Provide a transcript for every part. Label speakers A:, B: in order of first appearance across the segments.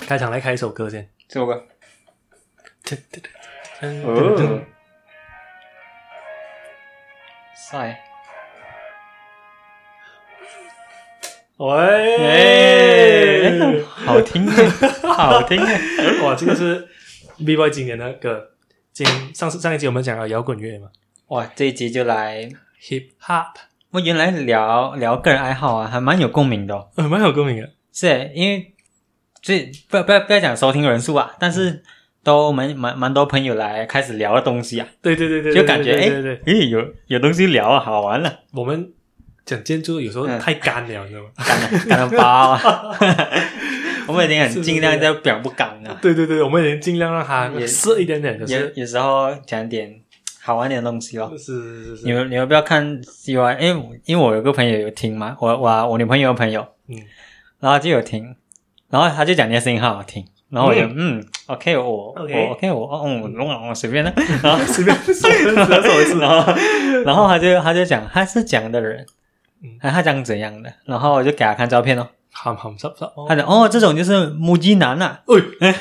A: 开场来开一首歌先。
B: 这首歌，
A: 噔
B: 哦，帅，
A: 喂
B: 哎，，好听耶，好听啊耶，
A: 哇，这个是 B Boy 今年的歌。今上次上一集我们讲了摇滚乐嘛
B: 哇，这一集就来，
A: ，Hip Hop，
B: 我原来聊聊个人爱好啊，还蛮有共鸣的、哦，
A: 呃，蛮有共鸣的。
B: 是耶因为最不要不要不要讲收听人数啊，但是都蛮蛮蛮多朋友来开始聊的东西啊，
A: 对对对对，
B: 就感觉
A: 对
B: 哎
A: 对对对，
B: 诶，有有东西聊啊，好玩了，
A: 我们讲建筑有时候
B: 嗯
A: 太干了，你知道吗？
B: 干了干了 包啊， 我们已经很尽量
A: 是是
B: 在表不啊干了。
A: 对对对，我们也尽量让它
B: 也
A: 涩一点点，可
B: 有
A: 是
B: 有时候讲点好玩点的东西咯。
A: 是是是
B: 你
A: 是，
B: 们你们不要看 C Y，因为我因为我有个朋友有听嘛，我我我女朋友的朋友，
A: 嗯，
B: 然后就有听，然后他就讲你的声音很好听，然后我就嗯 o k 我
A: OK
B: 我 OK 我哦嗯我我我随便 的，然后
A: 随便随便随便说一次，
B: 然后 然后他就他就讲他是讲的人
A: 嗯。
B: 他他讲怎样的，然后我就给他看照片哦。
A: 好好差不多。
B: 他讲哦，这种就是母鸡男呐、啊。
A: 哎，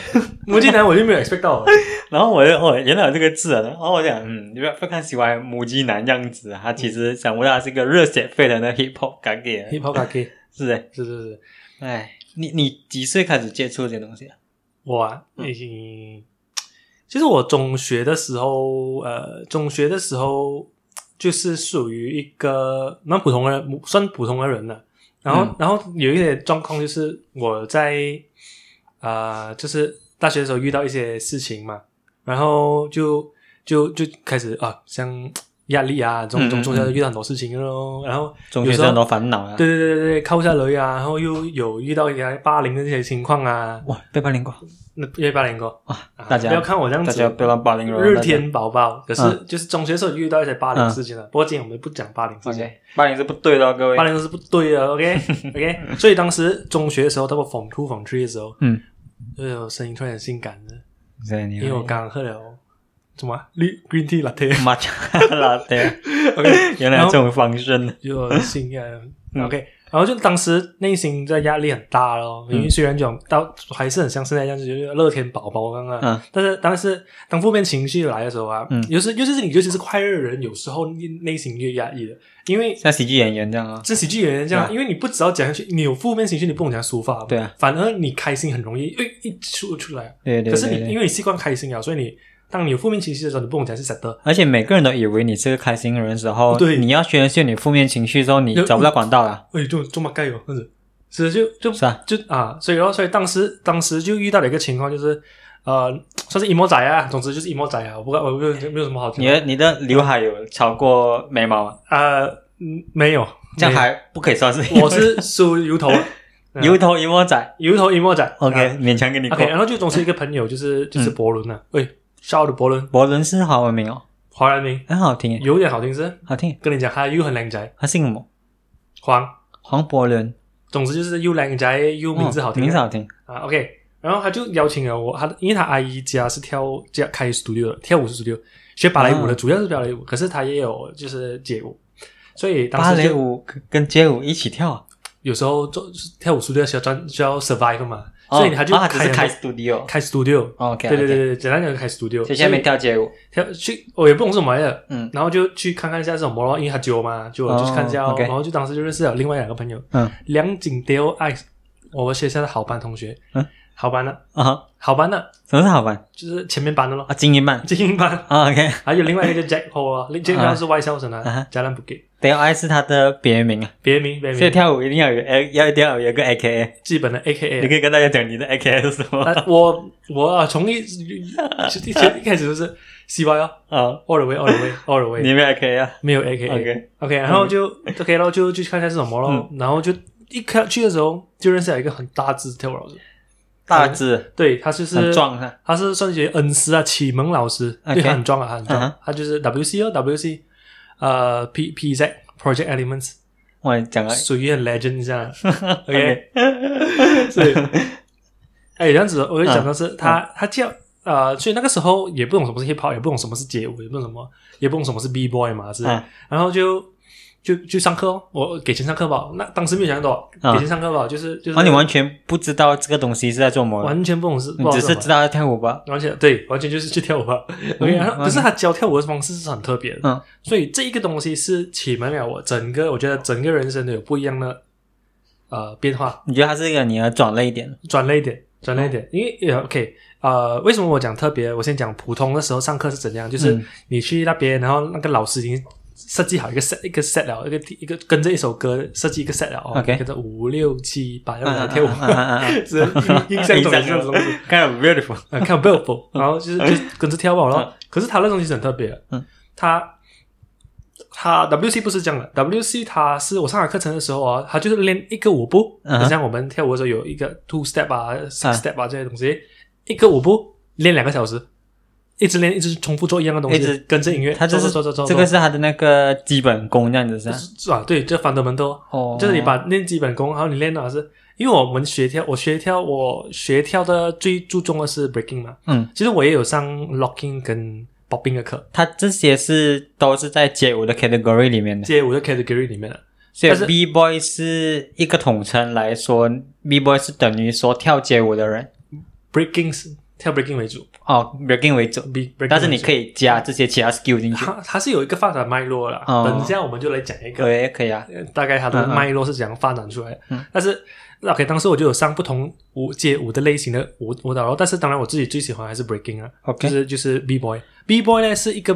A: 魔镜男我就没有 expect 到，
B: 然后我就哦，原来有这个字啊。然后我讲，嗯，你不要不要看喜欢母鸡男样子啊，他其实想不到他是一个热血沸腾的 hip hop 感给
A: hip hop 卡 K，
B: 是的。
A: 是是是，
B: 哎，你你几岁开始接触这些东西啊？
A: 我啊，已经，其实我中学的时候，呃，中学的时候就是属于一个蛮普通的人，算普通的人了。然后，
B: 嗯
A: 然后有一点状况就是我在呃，就是大学的时候遇到一些事情嘛，然后就就就开始啊，像压力啊，这种
B: 嗯
A: 种
B: 嗯
A: 中学遇到很多事情咯，然后
B: 中学
A: 有时
B: 生
A: 候
B: 很多烦恼啊。，
A: 对对对对对，靠下雷啊，然后又有遇到一些霸凌的这些情况啊，
B: 哇，被霸凌过
A: 那被霸凌过。
B: 哇
A: 啊！
B: 大家
A: 不要看我这样
B: 大家
A: 子，
B: 不要霸凌了。
A: 日天宝宝。可是
B: 嗯
A: 就是中学的时候就遇到一些霸凌
B: 嗯
A: 事情了，不过今天我们不讲霸凌
B: 大
A: 事情，
B: 家，OK，霸凌是不对的哦，各位
A: 霸。凌是不对的。OK OK，所以当时中学的时候，到过 form two form three 的时候，
B: 嗯，
A: 就有声音突然性感的，
B: 对，你
A: 因为我刚喝了什么啊绿 green tea latte，
B: 马cha 拉 对，OK，原来有这种方式呢。
A: 就有性感。OK，然后
B: 嗯
A: 就当时内心的压力很大咯，因
B: 嗯
A: 为虽然讲到还是很像现在这样子，就是乐天宝宝啊刚刚。
B: 嗯
A: 但是，但是当负面情绪来的时候啊，
B: 嗯
A: 有时尤其是你，尤其是快乐的人，有时候内内心越压抑的，因为
B: 像喜剧演员这样啊。
A: 这喜剧演员这样，
B: 对啊
A: 因为你不只要讲下去，你有负面情绪，你不懂讲抒发，
B: 对啊，
A: 反而你开心很容易，哎，一出出来。
B: 对对
A: 可
B: 对
A: 是
B: 对
A: 你因
B: 对。
A: 为你习惯开心啊，所以你当你有负面情绪的时候，你不懂讲是啥的，
B: 而且每个人都以为你是个开心的人的时候，
A: 对
B: 你要宣泄你负面情绪之后，你
A: 就
B: 找不到管道了，
A: 哎，就这么盖哦，或者是就就是
B: 吧？
A: 就啊，所以然后所以当时当时就遇到了一个情况，就是呃，算是 emo 仔啊，总之就是 emo 仔啊，我不我没有没有什么好讲
B: 你的你的刘海有超过眉毛吗？
A: 呃，嗯没有，
B: 这样
A: 没有
B: 还不可以算是
A: 我 是梳油头，嗯
B: 油头一摸仔
A: 油头 emo 仔。
B: ，OK，嗯
A: 啊
B: 勉强给你过
A: OK，。然后就总是一个朋友，就是就是伯伦呐，喂，笑的伯伦，
B: 伯伦是好文明哦，
A: 华人名，
B: 很好听耶，
A: 有点好听是。
B: 好听耶。
A: 跟你讲，他又很靓仔，
B: 他姓什么？
A: 黄，
B: 黄伯伦，
A: 总之就是又靓仔又名字好
B: 哦
A: 听
B: 名字
A: 啊
B: 好听。
A: 啊。OK，然后他就邀请了我，他因为他阿姨家是跳家开 studio 的，跳舞是 studio，学芭蕾舞的，
B: 啊
A: 主要是芭蕾舞，可是他也有就是街舞，所以
B: 芭
A: 当时
B: 蕾
A: 就
B: 舞跟跟街舞一起跳啊，
A: 有时候做跳舞 studio 需要专需要 survive 嘛，
B: 哦
A: 所以他就
B: 啊只是
A: 了
B: 开 studio。
A: 开 studio，
B: OK，
A: 对对对，对，简单讲就开 studio，
B: 就下面跳街舞。
A: 所以跳去，我也不懂是什么来的，
B: 嗯
A: 然后就去看看一下是什么咯，因为他酒嘛，就我就去看一下、
B: 哦，OK
A: 然后就当时就认识了另外两个朋友，
B: 嗯
A: 梁景雕爱，我们学校的好班同学，
B: 嗯，
A: 好班的，
B: 啊哈，
A: 好班的，
B: 什么是好玩
A: 就是前面班的咯，
B: 啊？精英班
A: 精英班，
B: 啊？OK，
A: 还有另外一个叫 Jack Ho 啊，Jack Ho
B: 啊
A: 是外校生
B: 啊
A: 啊
B: 哈，
A: 加兰不给，
B: 德爱是他的别名啊，
A: 别名别
B: 所
A: 名，
B: 以跳舞一定要有 A，要一定要有一个 AKA。
A: 基本的 A K
B: 你
A: A。
B: 可以跟大家讲你的 AKA 是什么
A: 啊，我我啊，从一一一开始就是 C Y 哦
B: 啊？
A: ，all the way all the way all the way，
B: 你没有 AKA 啊
A: 没有 A K A。
B: ？OK，
A: OK，然后就 OK 咯，就就去看一下是什么
B: 嗯
A: 咯。然后就一开去的时候就认识了一个很大只的跳舞老师，
B: 大致
A: 对他就是
B: 很，壮啊，
A: 他是算是恩师啊，启蒙老师，
B: OK
A: 对他很壮啊，他很壮，
B: 嗯哼
A: 他就是 WC 哦，WC，呃，P P Z Project Elements
B: 我讲 啊了
A: 属于很 legend 这样
B: OK，
A: 对，哎，这样子我
B: 嗯
A: 就讲到是他他叫。呃，所以那个时候
B: 嗯
A: 也不懂什么是 hip hop，也不懂什么是街舞，也不懂什么，也不懂什么是 b boy 嘛，是，
B: 啊
A: 然后就就就上课哦，我给钱上课吧。那当时没有想到
B: 啊
A: 给钱上课吧，就是就是
B: 哦，你完全不知道这个东西是在做什么，
A: 完全不懂事，不
B: 你
A: 好
B: 只是
A: 什么
B: 知道要跳舞吧？
A: 完全对，完全就是去跳舞吧。
B: 嗯
A: OK，然后可是他教跳舞的方式是很特别的，
B: 嗯，
A: 所以这一个东西是启蒙了我整个，我觉得整个人生都有不一样的呃变化，
B: 你觉得它是一个你要转了一点？
A: 转了一点，转了一
B: 哦
A: 点。因为呃 OK，呃，为什么我讲特别？我先讲普通的时候上课是怎样，就是
B: 嗯
A: 你去那边，然后那个老师已经设计好一个 set 一个 set 了，一个一个跟着一首歌设计一个 set 了哦
B: OK
A: 跟着五六七八， 让我来跳舞，
B: 啊 啊啊啊啊
A: 只能印印象中 也是这种东西。
B: kind of beautiful，
A: 呃，看 Billboard，然后就是就跟着跳吧，然后可是他那东西是很特别的，
B: 嗯，
A: 他他 WC 不是这样的，WC 他是我上完课程的时候啊，他就是练一个舞步，
B: 嗯哼嗯
A: 很像我们跳舞的时候有一个 two step 啊、six step 啊这些东西，一个舞步练两个小时，一直练一直重复做一样的东西，
B: 一直
A: 跟着音乐，
B: 它就
A: 走
B: 是
A: 走走走走，
B: 这个是它的那个基本功，这样子是吧？
A: 是啊，对，这 fundamental，
B: 哦
A: 就是你把练基本功，然后你练到是，因为我们学跳，我学跳，我学跳的最注重的是 breaking 嘛，
B: 嗯，
A: 其实我也有上 locking 跟 bobbing 的课，
B: 它这些是都是在街舞的 category 里面的，
A: 街舞的 category 里面的。
B: 所以
A: 但是
B: B boy 是一个统称来说，B boy 是等于说跳街舞的人
A: breaking 是跳 breaking 为主
B: 哦，breaking 为主，
A: ，b breaking
B: 但是你
A: 为主
B: 可以加这些其他 skill 进去，
A: 它它是有一个发展脉络啦。
B: 哦
A: 等一下我们就来讲一个
B: 可以可以啊，
A: 呃大概它的脉络是怎样发展出来的。
B: 嗯
A: 但是 OK，当时我就有上不同舞街舞的类型的舞舞蹈，但是当然我自己最喜欢还是 breaking 啊
B: OK
A: 就是就是 b boy。b boy 呢是一个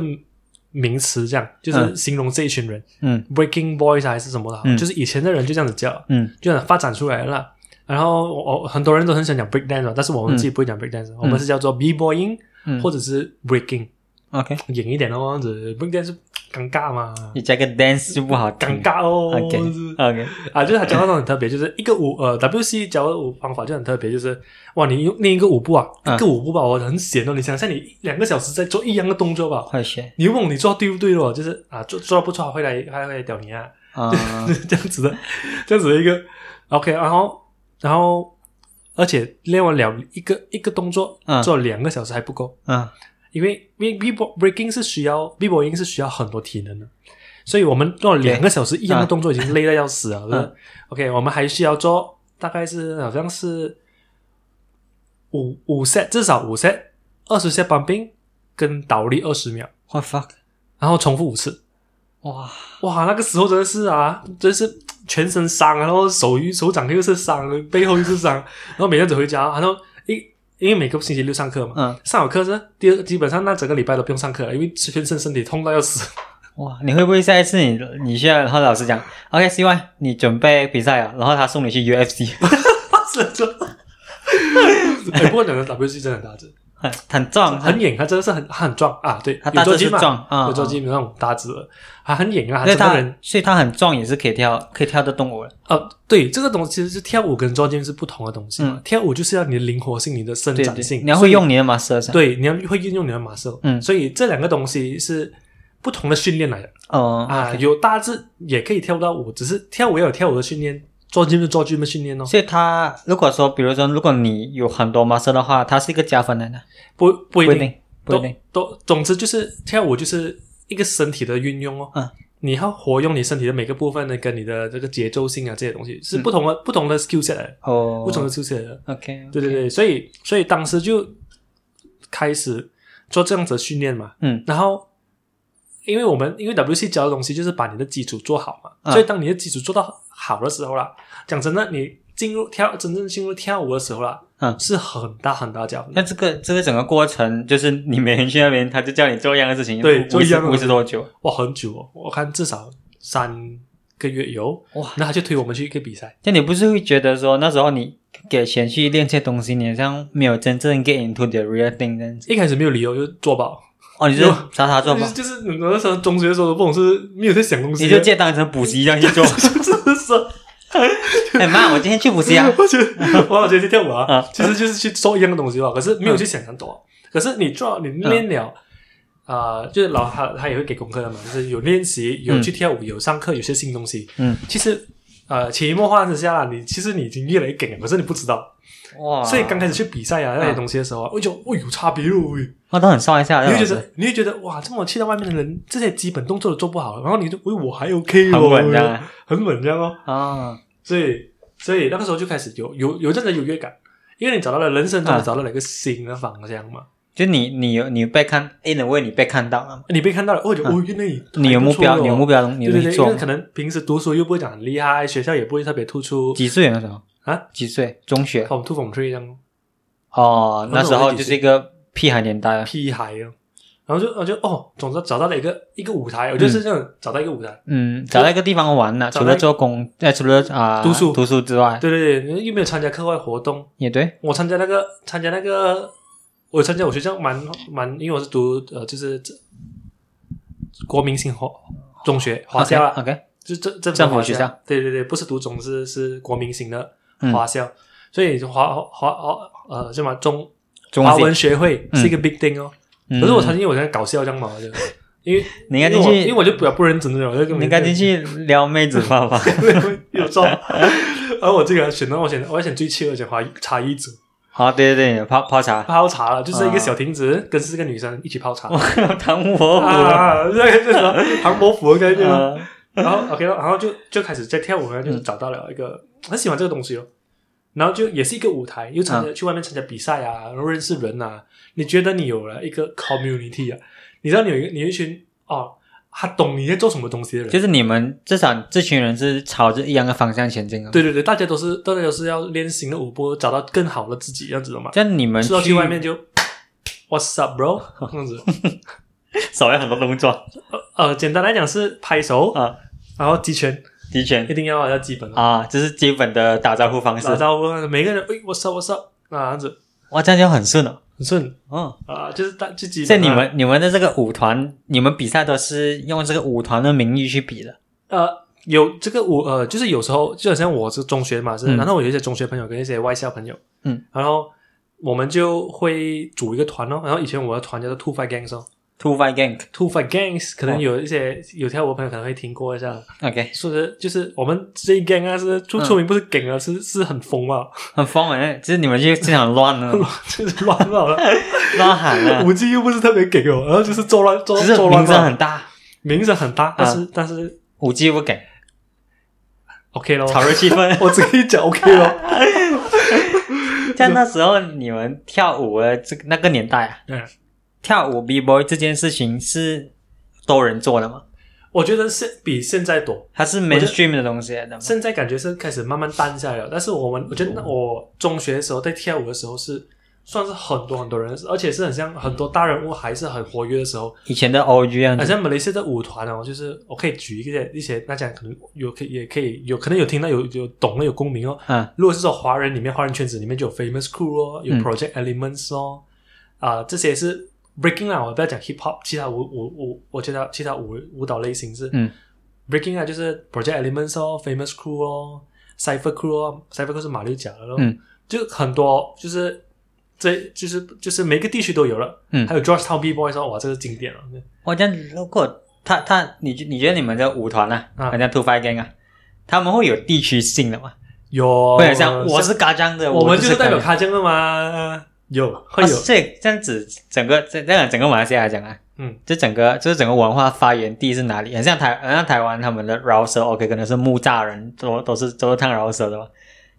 A: 名词，这样就是
B: 嗯
A: 形容这一群人、
B: 嗯
A: breaking boys 啊还是什么的，
B: 嗯
A: 就是以前的人就这样子叫。
B: 嗯
A: 就发展出来了。然后我我很多人都很想讲 break dance，哦但是我们
B: 嗯
A: 自己不会讲 break dance，、我们是叫做 b boying、
B: 嗯
A: 或者是 breaking，
B: ，OK，
A: 演一点哦，这样子 break dance 尴尬嘛，
B: 你加个 dance 就不好
A: 尴
B: 听
A: 尬哦。
B: ，OK
A: 是
B: 啊 OK，
A: 啊，就是他教到那种很特别，就是一个舞呃 WC 教的舞方法就很特别，就是哇，你用另一个舞步啊，
B: 嗯
A: 一个舞步吧，我很闲哦。你想象你两个小时在做一样的动作吧，
B: 快学
A: 你问我你做对不对咯？就是啊，做做到不错，会来还会来屌你啊。
B: 啊，
A: 这样子的，这样子的一个 OK，然后然后而且练完了一个一个动作
B: 嗯
A: 做两个小时还不够，
B: 嗯
A: 因为因为 B boy breaking 是需要 B boying 是需要很多体能的，所以我们做两个小时一样的动作已经累得要死了。
B: 嗯
A: 对不对 OK，我们还需要做大概是好像是五五 set 至少五 set 二十 set bumping 跟倒立二十秒，
B: ，what fuck，
A: 然后重复五次。
B: 哇，
A: 哇，那个时候真的是啊，真是全身伤，然后手一手掌又是伤，背后又是伤，然后每天走回家，然后一因为每个星期六上课嘛，
B: 嗯
A: 上好课是第二，基本上那整个礼拜都不用上课了，因为全身身体痛到要死。
B: 哇，你会不会下一次你你去，然后老师讲，OK C Y，你准备比赛啊，然后他送你去 UFC，
A: 是这， 哎，不过 讲的 WC 真的很大只，
B: 很 很壮，
A: 很硬，他真的是很他很壮啊，对，
B: 他
A: 有
B: 大
A: 做
B: 致
A: 肌
B: 是
A: 嘛，
B: 壮啊，
A: 有做
B: 嗯
A: 肌那种大只的，他很硬啊，
B: 所以
A: 他整
B: 他
A: 个人
B: 所以他很壮也是可以跳可以跳得动我的，
A: 啊，对，这个东西其实是跳舞跟做肌是不同的东西嘛，
B: 嗯
A: 跳舞就是要你的灵活性，你的伸
B: 对
A: 展
B: 对，
A: 性，
B: 你要
A: 所
B: 会
A: 以
B: 用你的 muscle 上，
A: 对，你要会运用你的马术，
B: 嗯
A: 所以这两个东西是不同的训练来的
B: 哦
A: 啊。
B: OK
A: 有大致也可以跳到舞，只是跳舞也有跳舞的训练，做 gym 就做 gym 的训练哦。
B: 所以他如果说，比如说，如果你有很多 muscle 的话，它是一个加分来的，
A: 不不
B: 不
A: 一
B: 一
A: 定，
B: 定，不一定。
A: 都都总之就是跳舞就是一个身体的运用哦。
B: 嗯
A: 你要活用你身体的每个部分呢，跟你的这个节奏性啊这些东西是不同的、不同的 skill set，来的
B: 嗯哦
A: 不同的 skill set 来的。
B: ，OK，
A: 对对，对，所以所以当时就开始做这样子的训练嘛。
B: 嗯
A: 然后，因为我们因为 WC 教的东西就是把你的基础做好嘛，
B: 嗯
A: 所以当你的基础做到好的时候啦，讲真的，你进入跳真正进入跳舞的时候啦，
B: 嗯
A: 是很大很大的加分。
B: 那这个这个整个过程，就是你每天去那边，他就叫你做一样的事情，
A: 对
B: 五
A: 做一样的
B: 五十多久？
A: 哇，很久哦，我看至少三个月有，
B: 哇！
A: 然后他就推我们去一个比赛，
B: 那你不是会觉得说，那时候你给钱去练这些东西，你好像没有真正 get into the real thing 这样子？
A: 一开始没有理由就做爆，
B: 哦，你就
A: 有
B: 傻傻做
A: 就
B: 吧
A: 是，就是我那时候中学的时候都不懂是没有在想东西
B: 你
A: 的，
B: 就借当成补习一样去 做。
A: 真的是。
B: 哎妈，我今天去补习啊！
A: 我觉 得我老觉得去跳舞啊
B: 啊，嗯
A: 其实就是去做一样的东西吧，可是没有去想象多。可是你做你练了，啊，就是老他他也会给功课的嘛，就是有练习，有去跳舞，有上课，有些新东西。
B: 嗯，
A: 其实呃潜移默化之下啦，你其实你已经越来越梗了，可是你不知道。
B: 哇，
A: 所以刚开始去比赛啊那些东西的时候啊，哎呦，哎有差别哦，喂
B: 他都很少一下，
A: 你会觉
B: 就是
A: 得你会觉得哇，这么去到外面的人，这些基本动作都做不好，然后你就喂我还 OK 哦，
B: 很稳啊这样
A: 很稳这样哦。
B: 啊，
A: 所以所以那个时候就开始有有有这样的优越感，因为你找到了人生中
B: 啊
A: 你找到了一个新的方向嘛，
B: 就你你你被看 A 的位你被看到了，
A: 你被看到了，哦，就
B: 啊
A: 哦，原来你
B: 你有目标，你有目
A: 标，
B: 标，你
A: 哦对
B: 能
A: 对对，因
B: 去做
A: 为。可能平时读书又不会讲很厉害，学校也不会特别突出，
B: 几岁那时候
A: 啊？
B: 几岁？中学
A: 我们 two from three 这样
B: 哦，
A: 那
B: 那
A: 时候
B: 时候
A: 几
B: 就
A: 岁
B: 是一个屁孩年代啊。
A: 屁孩哦，然后就我就哦，总之找到了一个一个舞台，我就是这样找到一个舞台，
B: 嗯，找到一个地方玩了，
A: 找
B: 除
A: 到一
B: 了做工，呃，除了啊、
A: 读书
B: 读书之外，
A: 对对对，又没有参加课外活动，
B: 也对，
A: 我参加那个参加那个，我参加我学校蛮蛮，因为我是读呃就是这国民性华中学华校啊，
B: OK，, o k
A: 就政政
B: 政府
A: 华
B: 学校，
A: 对对对，不是读中是是国民型的
B: 嗯
A: 华校，所以华华华呃什么中
B: 中
A: 华
B: 文
A: 文学会
B: 嗯
A: 是一个 big thing 哦，
B: 嗯
A: 可是我曾经我在搞笑这样嘛，我就因为
B: 你应
A: 因
B: 该
A: 为
B: 进
A: 我因为
B: 去，
A: 我就比较不认真的，我就跟
B: 你应该进去撩妹子吧吧？
A: 有招，然后我这个选到我选我选最气，我选华茶艺组。
B: 好，对对对，泡 泡茶，
A: 泡茶了，就是一
B: 啊
A: 个小亭子、跟四个女生一起 泡茶。
B: 唐 伯虎，
A: 啊，对，这种唐伯虎的概念嘛。
B: 呃
A: 然后 OK，然后就就开始在跳舞呢，就是找到了一个、很喜欢这个东西哦。然后就也是一个舞台，又参加、去外面参加比赛啊，然后认识人啊。你觉得你有了一个 community 啊？你知道你有一个你有一群哦，他懂你在做什么东西的人。
B: 就是你们至少这群人是朝着一样的方向前进的。，啊
A: 对对对，大家都是大家都是要练新的舞步，找到更好的自己，这样子的嘛。
B: 这样你们
A: 出到去外面就 What's up, bro？这样子。
B: 少了很多动作
A: 呃，简单来讲是拍手，
B: 啊，
A: 然后击拳，
B: 的
A: 一
B: 确
A: 定要要基本啊，
B: 啊，这是基本的打招呼方式
A: 打。招呼，每个人哎，what's up，what's up 啊，这样子
B: 哇，这样就很顺了。
A: 很顺
B: 嗯，
A: 啊，就是大就基
B: 在
A: 本啊。
B: 你们你们的这个舞团，你们比赛都是用这个舞团的名义去比的。
A: 呃有这个我呃，就是有时候就好像我是中学嘛，是，
B: 嗯
A: 然后我有一些中学朋友跟一些外校朋友，
B: 嗯，
A: 然后我们就会组一个团哦，然后以前我的团叫做 Two Five Gangs 哦
B: Two Five Gang，OK，、
A: ，Two Five Gangs 可能
B: 哦
A: 有一些有跳舞的朋友可能会听过一下，
B: OK，
A: 说的就是我们这一 gang 啊是出
B: 嗯
A: 出名不是梗啊，是是很疯啊，
B: 很疯哎，就是你们就经常乱了，
A: 就是乱闹 了。
B: 乱喊了，
A: 五 G 又不是特别给哦，然后就是做乱做
B: 嗯只是
A: 做乱
B: 名声
A: 闹，
B: 很嗯大，
A: 名声很大，但是、但是
B: 五 G 不给，
A: OK 咯，。
B: 炒热气氛
A: 我只可以讲 OK 咯。
B: 像那时候你们跳舞的这个那个年代啊，
A: 嗯，
B: 跳舞 B boy 这件事情是多人做的吗？
A: 我觉得是比现在多，
B: 它是
A: 觉得
B: mainstream 的东西来的吗？
A: 现在感觉是开始慢慢淡下来了。但是我们我觉得我中学的时候在跳舞的时候是算是很多很多人，而且是很像很多大人物还是很活跃的时啊候，
B: 以前的 OG 样
A: 好
B: 子，
A: 像马来西亚的舞团哦，就是我可以举一些一些大家可能有可以也可以有可能有听到有有懂了有共鸣哦，
B: 嗯
A: 如果是说华人里面，华人圈子里面就有 Famous Crew 哦，有
B: 嗯
A: Project Elements 哦，啊、这些是 Breaking 啊，我不要讲 Hip Hop，其他舞舞舞，我觉得其他舞舞蹈类型是、
B: 嗯
A: Breaking 啊，就是 Project Elements 哦，Famous Crew 哦，Cipher Crew 哦，Cipher Crew 是马六甲的咯，
B: 嗯
A: 就很多就是这就是就是每个地区都有了，
B: 嗯
A: 还有 Georgetown B Boys 哦，哇，这是经典了，
B: 我这样如果他他你你觉得你们的舞团啊，
A: 啊
B: 好像 Two Five Gang 啊，他们会有地区性的吗？
A: 有
B: 会有像我是嘎江的，
A: 哦我们就是代表
B: 嘎
A: 卡江的嘛，呃有会
B: 江，
A: 有、
B: 啊所以这样子整个这这样整个马来西亚来讲啊，
A: 嗯，
B: 这整个就是整个文化发源地是哪里？很像台，很像台湾他们的饶舌，OK，可能是木栅人都都是都是唱饶舌的嘛。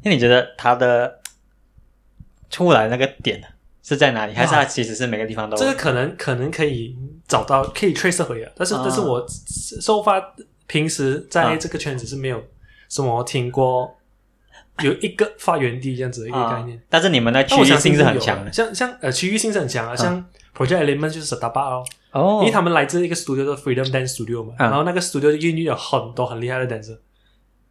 B: 那你觉得他的出来那个点是在哪里？还是他其实是每个地方都有？
A: 这个可能可能可以找到可以 trace 回来，但是、
B: 啊
A: 但是我收发平时在这个圈子是没有什么听过有一个发源地这样子的一个概念
B: 啊。但是你们的
A: 但
B: 区
A: 我
B: 域
A: 相信
B: 性
A: 有
B: 很强的嗯
A: 的，像像呃区域性是很强啊，像 Project Element 就是 s t a b a 哦，
B: 哦
A: 因为他们来自一个 studio 叫 Freedom Dance Studio 嘛，
B: 啊
A: 然后那个 studio 就孕育了很多很厉害的 dancer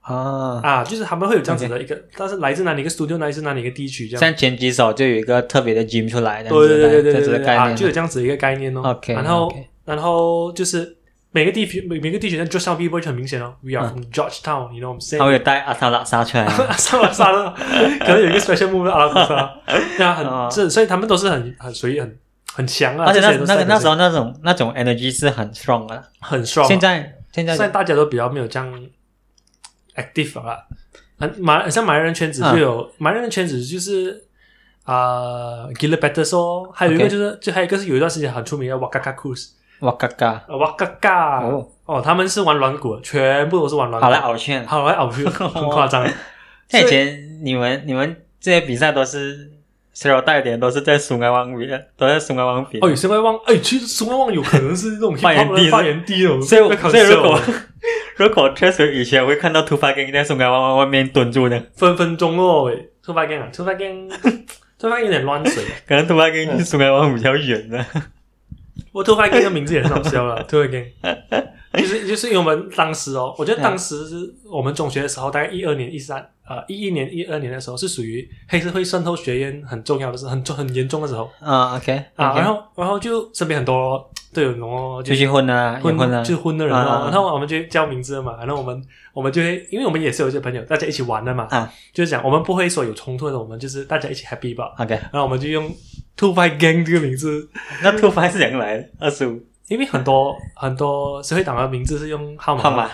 B: 啊，
A: 啊，就是他们会有这样子的一个，但是来自哪里一个 studio，来自哪里一个地区这样。
B: 像前几首就有一个特别的 gym 出来，这样
A: 对
B: 子
A: 对
B: 的
A: 对对
B: 这样子
A: 对
B: 的
A: 对
B: 概
A: 啊，
B: 念
A: 就有这样子的一个概念哦。
B: OK，
A: 然后
B: OK
A: 然后就是每个地区每每个地区的 Georgetown people 就很明显哦，We are
B: 嗯
A: from Georgetown，you know what I'm
B: 他
A: saying？
B: 会有带阿汤拉沙出来， 啊
A: 上了杀了，可能有一个 special 啊 move 阿拉伯杀，对啊，
B: 啊
A: 很这所以他们都是很很属于很很强啊，
B: 而且那
A: 这些都是
B: 那个那时
A: 候
B: 候那种那种 energy 是很 strong 的。
A: 很 strong 啊。
B: 现在现在
A: 现在大家都比较没有这样 active 了啦。啊，马像马来人圈子就
B: 嗯
A: 有、马来人圈子就是啊、g i l l e b e t t e r s 哦，还有一个
B: OK
A: 就是就还有一个是有一段时间很出名的 Wakaka Cruise，
B: 哇嘎嘎，
A: 啊 Wakaka
B: 哦
A: 哦，他们是玩软骨的，全部都是玩软骨，
B: 好哦来熬圈。
A: 好来熬 去，很夸张。
B: 那以前你们你们这些比赛都是虽然我大一点，都是在苏格湾比，都在苏格湾比。
A: 哦，有些外望，哎，其实苏外望有可能是那 种
B: 哎发源
A: hip hop
B: 地
A: 的
B: 是
A: 发源地哦，
B: 所以我
A: 不要
B: 所以如
A: 搞
B: 果
A: 笑
B: 如果确实以前我会看到突发跟在苏格湾外面蹲住的，
A: 分分钟哦，喂，突发 gang 啊，突发 gang，突发 gang 有点乱水。啊
B: 可能突发跟苏格湾比较远的。
A: 我突发 gang 的名字也很好笑
B: 哎
A: 了，突发 gang，就是就是因为我们当时哦，我觉得当时是我们中学的时候，大概一二年、一三呃一一年、一二年的时候，是属于黑社会渗透学院很重要的时候，很重很严重的时候
B: 啊，OK
A: 啊。
B: OK
A: 然后然后就身边很多队友哦，就
B: 就是去混啊，也
A: 混
B: 混啊，
A: 就混的人哦
B: 啊啊，啊
A: 然后我们就叫名字嘛，然后我们我们就会，因为我们也是有一些朋友，大家一起玩的嘛，
B: 啊
A: 就是讲我们不会说有冲突的，我们就是大家一起 happy 吧，
B: OK。
A: 然后我们就用 Two Five Gang 这个名字，
B: 那突发是怎样来的？二十五
A: 因为很多很多社会党的名字是用号码，
B: 号码
A: 然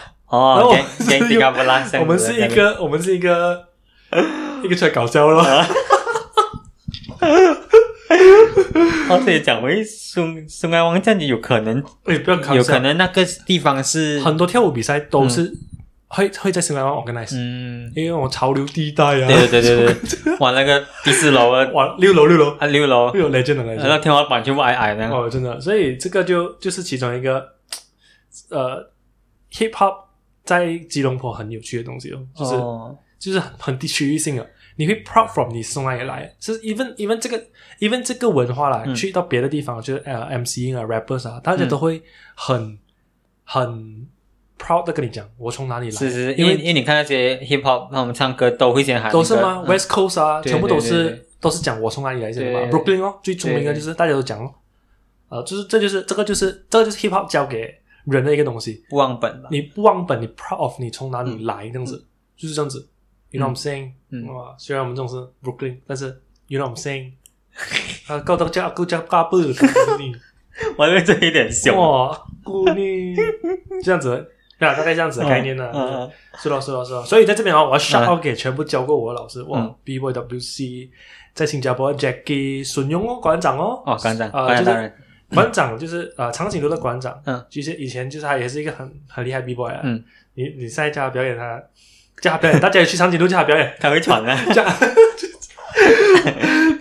A: 后
B: 哦
A: 我
B: ，gang
A: 们是
B: gang
A: 用
B: tiga belas，这样子的啊
A: 我们是一
B: gang
A: 个我们是一个一个出来搞笑 咯，
B: 哦，所以讲回松松安王这样子，有可能
A: 哎，不要搞
B: 有
A: 笑
B: 可，能那个地方是
A: 很多跳舞比赛都是会会在新加坡 organize，
B: 嗯，
A: 因为我潮流地带啊，
B: 对对对对对，往那个第四楼啊
A: 哇，六楼六楼
B: 啊六楼，
A: 又有 legend 的 legend
B: 然。后天花板全部矮矮的，
A: 哦，真的，所以这个就就是其中一个，呃，hip hop 在吉隆坡很有趣的东西哦，就是、
B: 哦
A: 就是很很地区域性的，你会 proud from 你从哪里来，就是 even even 这个 even 这个文化啦，
B: 嗯
A: 去到别的地方，就是呃 MC 啊 rappers 啊，大家都会很、很 proud 的跟你讲我从哪里来，
B: 是是，因
A: 因
B: 为
A: 为
B: 因为你看那些 hip hop，他们唱歌都会先喊
A: 都是
B: 一个
A: 吗、
B: 嗯
A: w e s t Coast 啊，
B: 对
A: 全部都
B: 对对
A: 是都是讲我从哪里来这个嘛。
B: 对
A: Brooklyn 哦，最出名的就是大家都讲哦，呃，就是这就是这个就是这个就是 hip hop 教给人的一个东西，
B: 不忘本吧？
A: 你不忘本，你 proud of 你从哪里来这样子，就是这样子。You know what I'm saying？、
B: 嗯
A: 哇，虽然我们这种是 Brooklyn，但是 You know what I'm saying？啊，够到家够家嘎不你
B: 我对这一点嗯凶，
A: 哇，姑你这样子，那大概这样子的概念啊呢、
B: 嗯嗯嗯
A: 是咯，是咯，是咯。所以在这边啊，我要 shout
B: 嗯
A: out 给全部教过我的老师，哇
B: 嗯
A: ，B Y W C，在新加坡 Jackie 孙勇哦，馆长哦，
B: 哦，馆长，
A: 呃
B: 馆
A: 就是
B: 长大人，
A: 馆长就是呃长颈鹿的馆长，
B: 嗯，
A: 就是以前就是他也是一个很很厉害 B boy 啊，
B: 嗯，
A: 你你现在叫他表演他，叫他表 演，大家也去长颈鹿叫他表演，
B: 他会喘 啊，
A: 这样。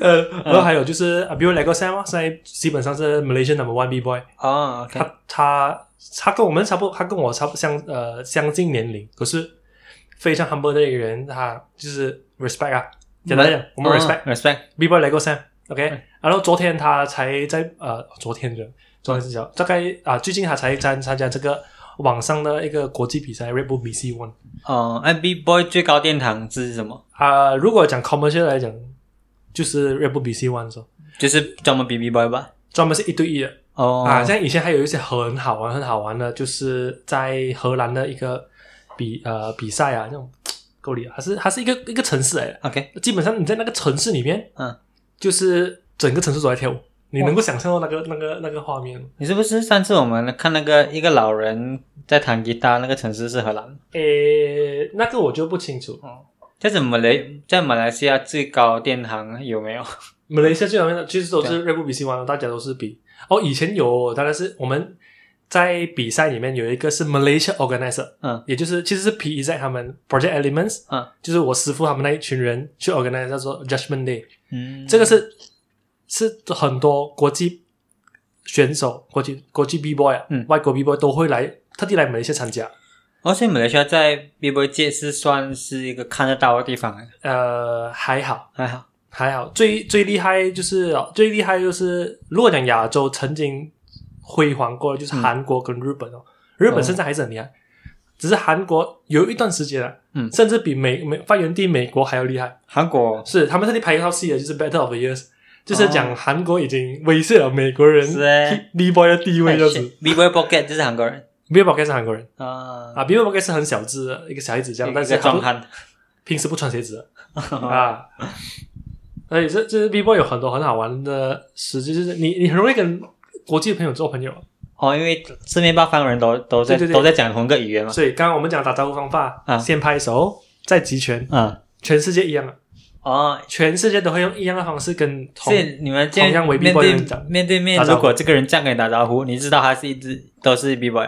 A: 呃，
B: 嗯
A: 然后还有就是，啊比如 Lego Sam 啊，现在基本上是 Malaysian number one B boy，
B: 哦，OK，
A: 他他他跟我们差不多，他跟我差不相呃相近年龄，可是非常 humble 的一个人，他就是 respect 啊，简单来讲，我们 respect、
B: 嗯 respect，
A: B boy 来过三，OK，、
B: 嗯
A: 然后昨天他才在呃昨天的昨天是叫大概啊、最近他才参参加这个网上的一个国际比赛 Red Bull BC One
B: 哦，MB Boy 最高殿堂是什么？
A: 啊、如果讲 commercial 来讲，就是 Red Bull BC One 说
B: 就是专门 BB Boy 吧？
A: 专门是一对一的。
B: 哦，
A: 啊，像以前还有一些很好玩、很好玩的，就是在荷兰的一个比呃比赛啊，那种够力啊，它是它是一个一个城市来的，
B: OK，
A: 基本上你在那个城市里面，
B: 嗯，
A: 就是整个城市都在跳舞，你
B: 哇
A: 能够想象到那个那个那个画面吗。
B: 你是不是上次我们看那个一个老人在弹吉他，那个城市是荷兰？
A: 诶，那个我就不清楚。
B: 嗯在怎么来在马来西亚最高殿堂有没有？
A: 马来西亚最常见的其实都是瑞布比西湾，大家都是比。哦，以前有，当然是我们在比赛里面有一个是 Malaysia organizer，
B: 嗯，
A: 也就是其实是 PEZ 他们 Project Elements，
B: 嗯，
A: 就是我师傅他们那一群人去 organize 叫做 Judgment Day，
B: 嗯，
A: 这个是是很多国际选手、国际国际 B boy 啊，
B: 嗯
A: 外国 B boy 都会来特地来马来西亚参加。
B: 哦，所以马来西亚在 B Boy 界是算是一个看得到的地方，啊哎
A: 呃，还好，
B: 还好。
A: 还好，最最厉害就是最厉害就是，如果讲亚洲曾经辉煌过的，就是
B: 嗯
A: 韩国跟日本哦。日本
B: 哦
A: 现在还是很厉害，只是韩国有一段时间啊，
B: 嗯
A: 甚至比美美发源地美国还要厉害。
B: 韩国
A: 是他们特地拍一套戏的，就是《Battle of the Years》，就是
B: 哦
A: 讲韩国已经威胁了美国人
B: 是欸
A: B boy 的地位，这样子。
B: ，B Boy Pocket 就是韩国人
A: b i l b o y 是韩国人
B: 啊，
A: 啊 b i l b o y 是很小只的一个小孩子这样，但
B: 一
A: 是
B: 个
A: 他
B: 壮
A: 不
B: 汉。
A: 平时不穿鞋子的。 啊。所以这这是 B boy 有很多很好玩的事，就是你你很容易跟国际的朋友做朋友，
B: 哦，因为四面八方人都都在
A: 对对对
B: 都在讲同一个语言嘛。
A: 所以刚刚我们讲打招呼方法，
B: 啊
A: 先拍手，再集拳，
B: 嗯，
A: 全世界一样的，
B: 哦，
A: 全世界都会用一样的方式跟同
B: 所以你们这
A: 同样为
B: 面
A: B-boy
B: 对
A: 人讲
B: 面对面
A: 打，招呼
B: 如果这个人这样跟你打招呼，你知道他是一直都是 B boy，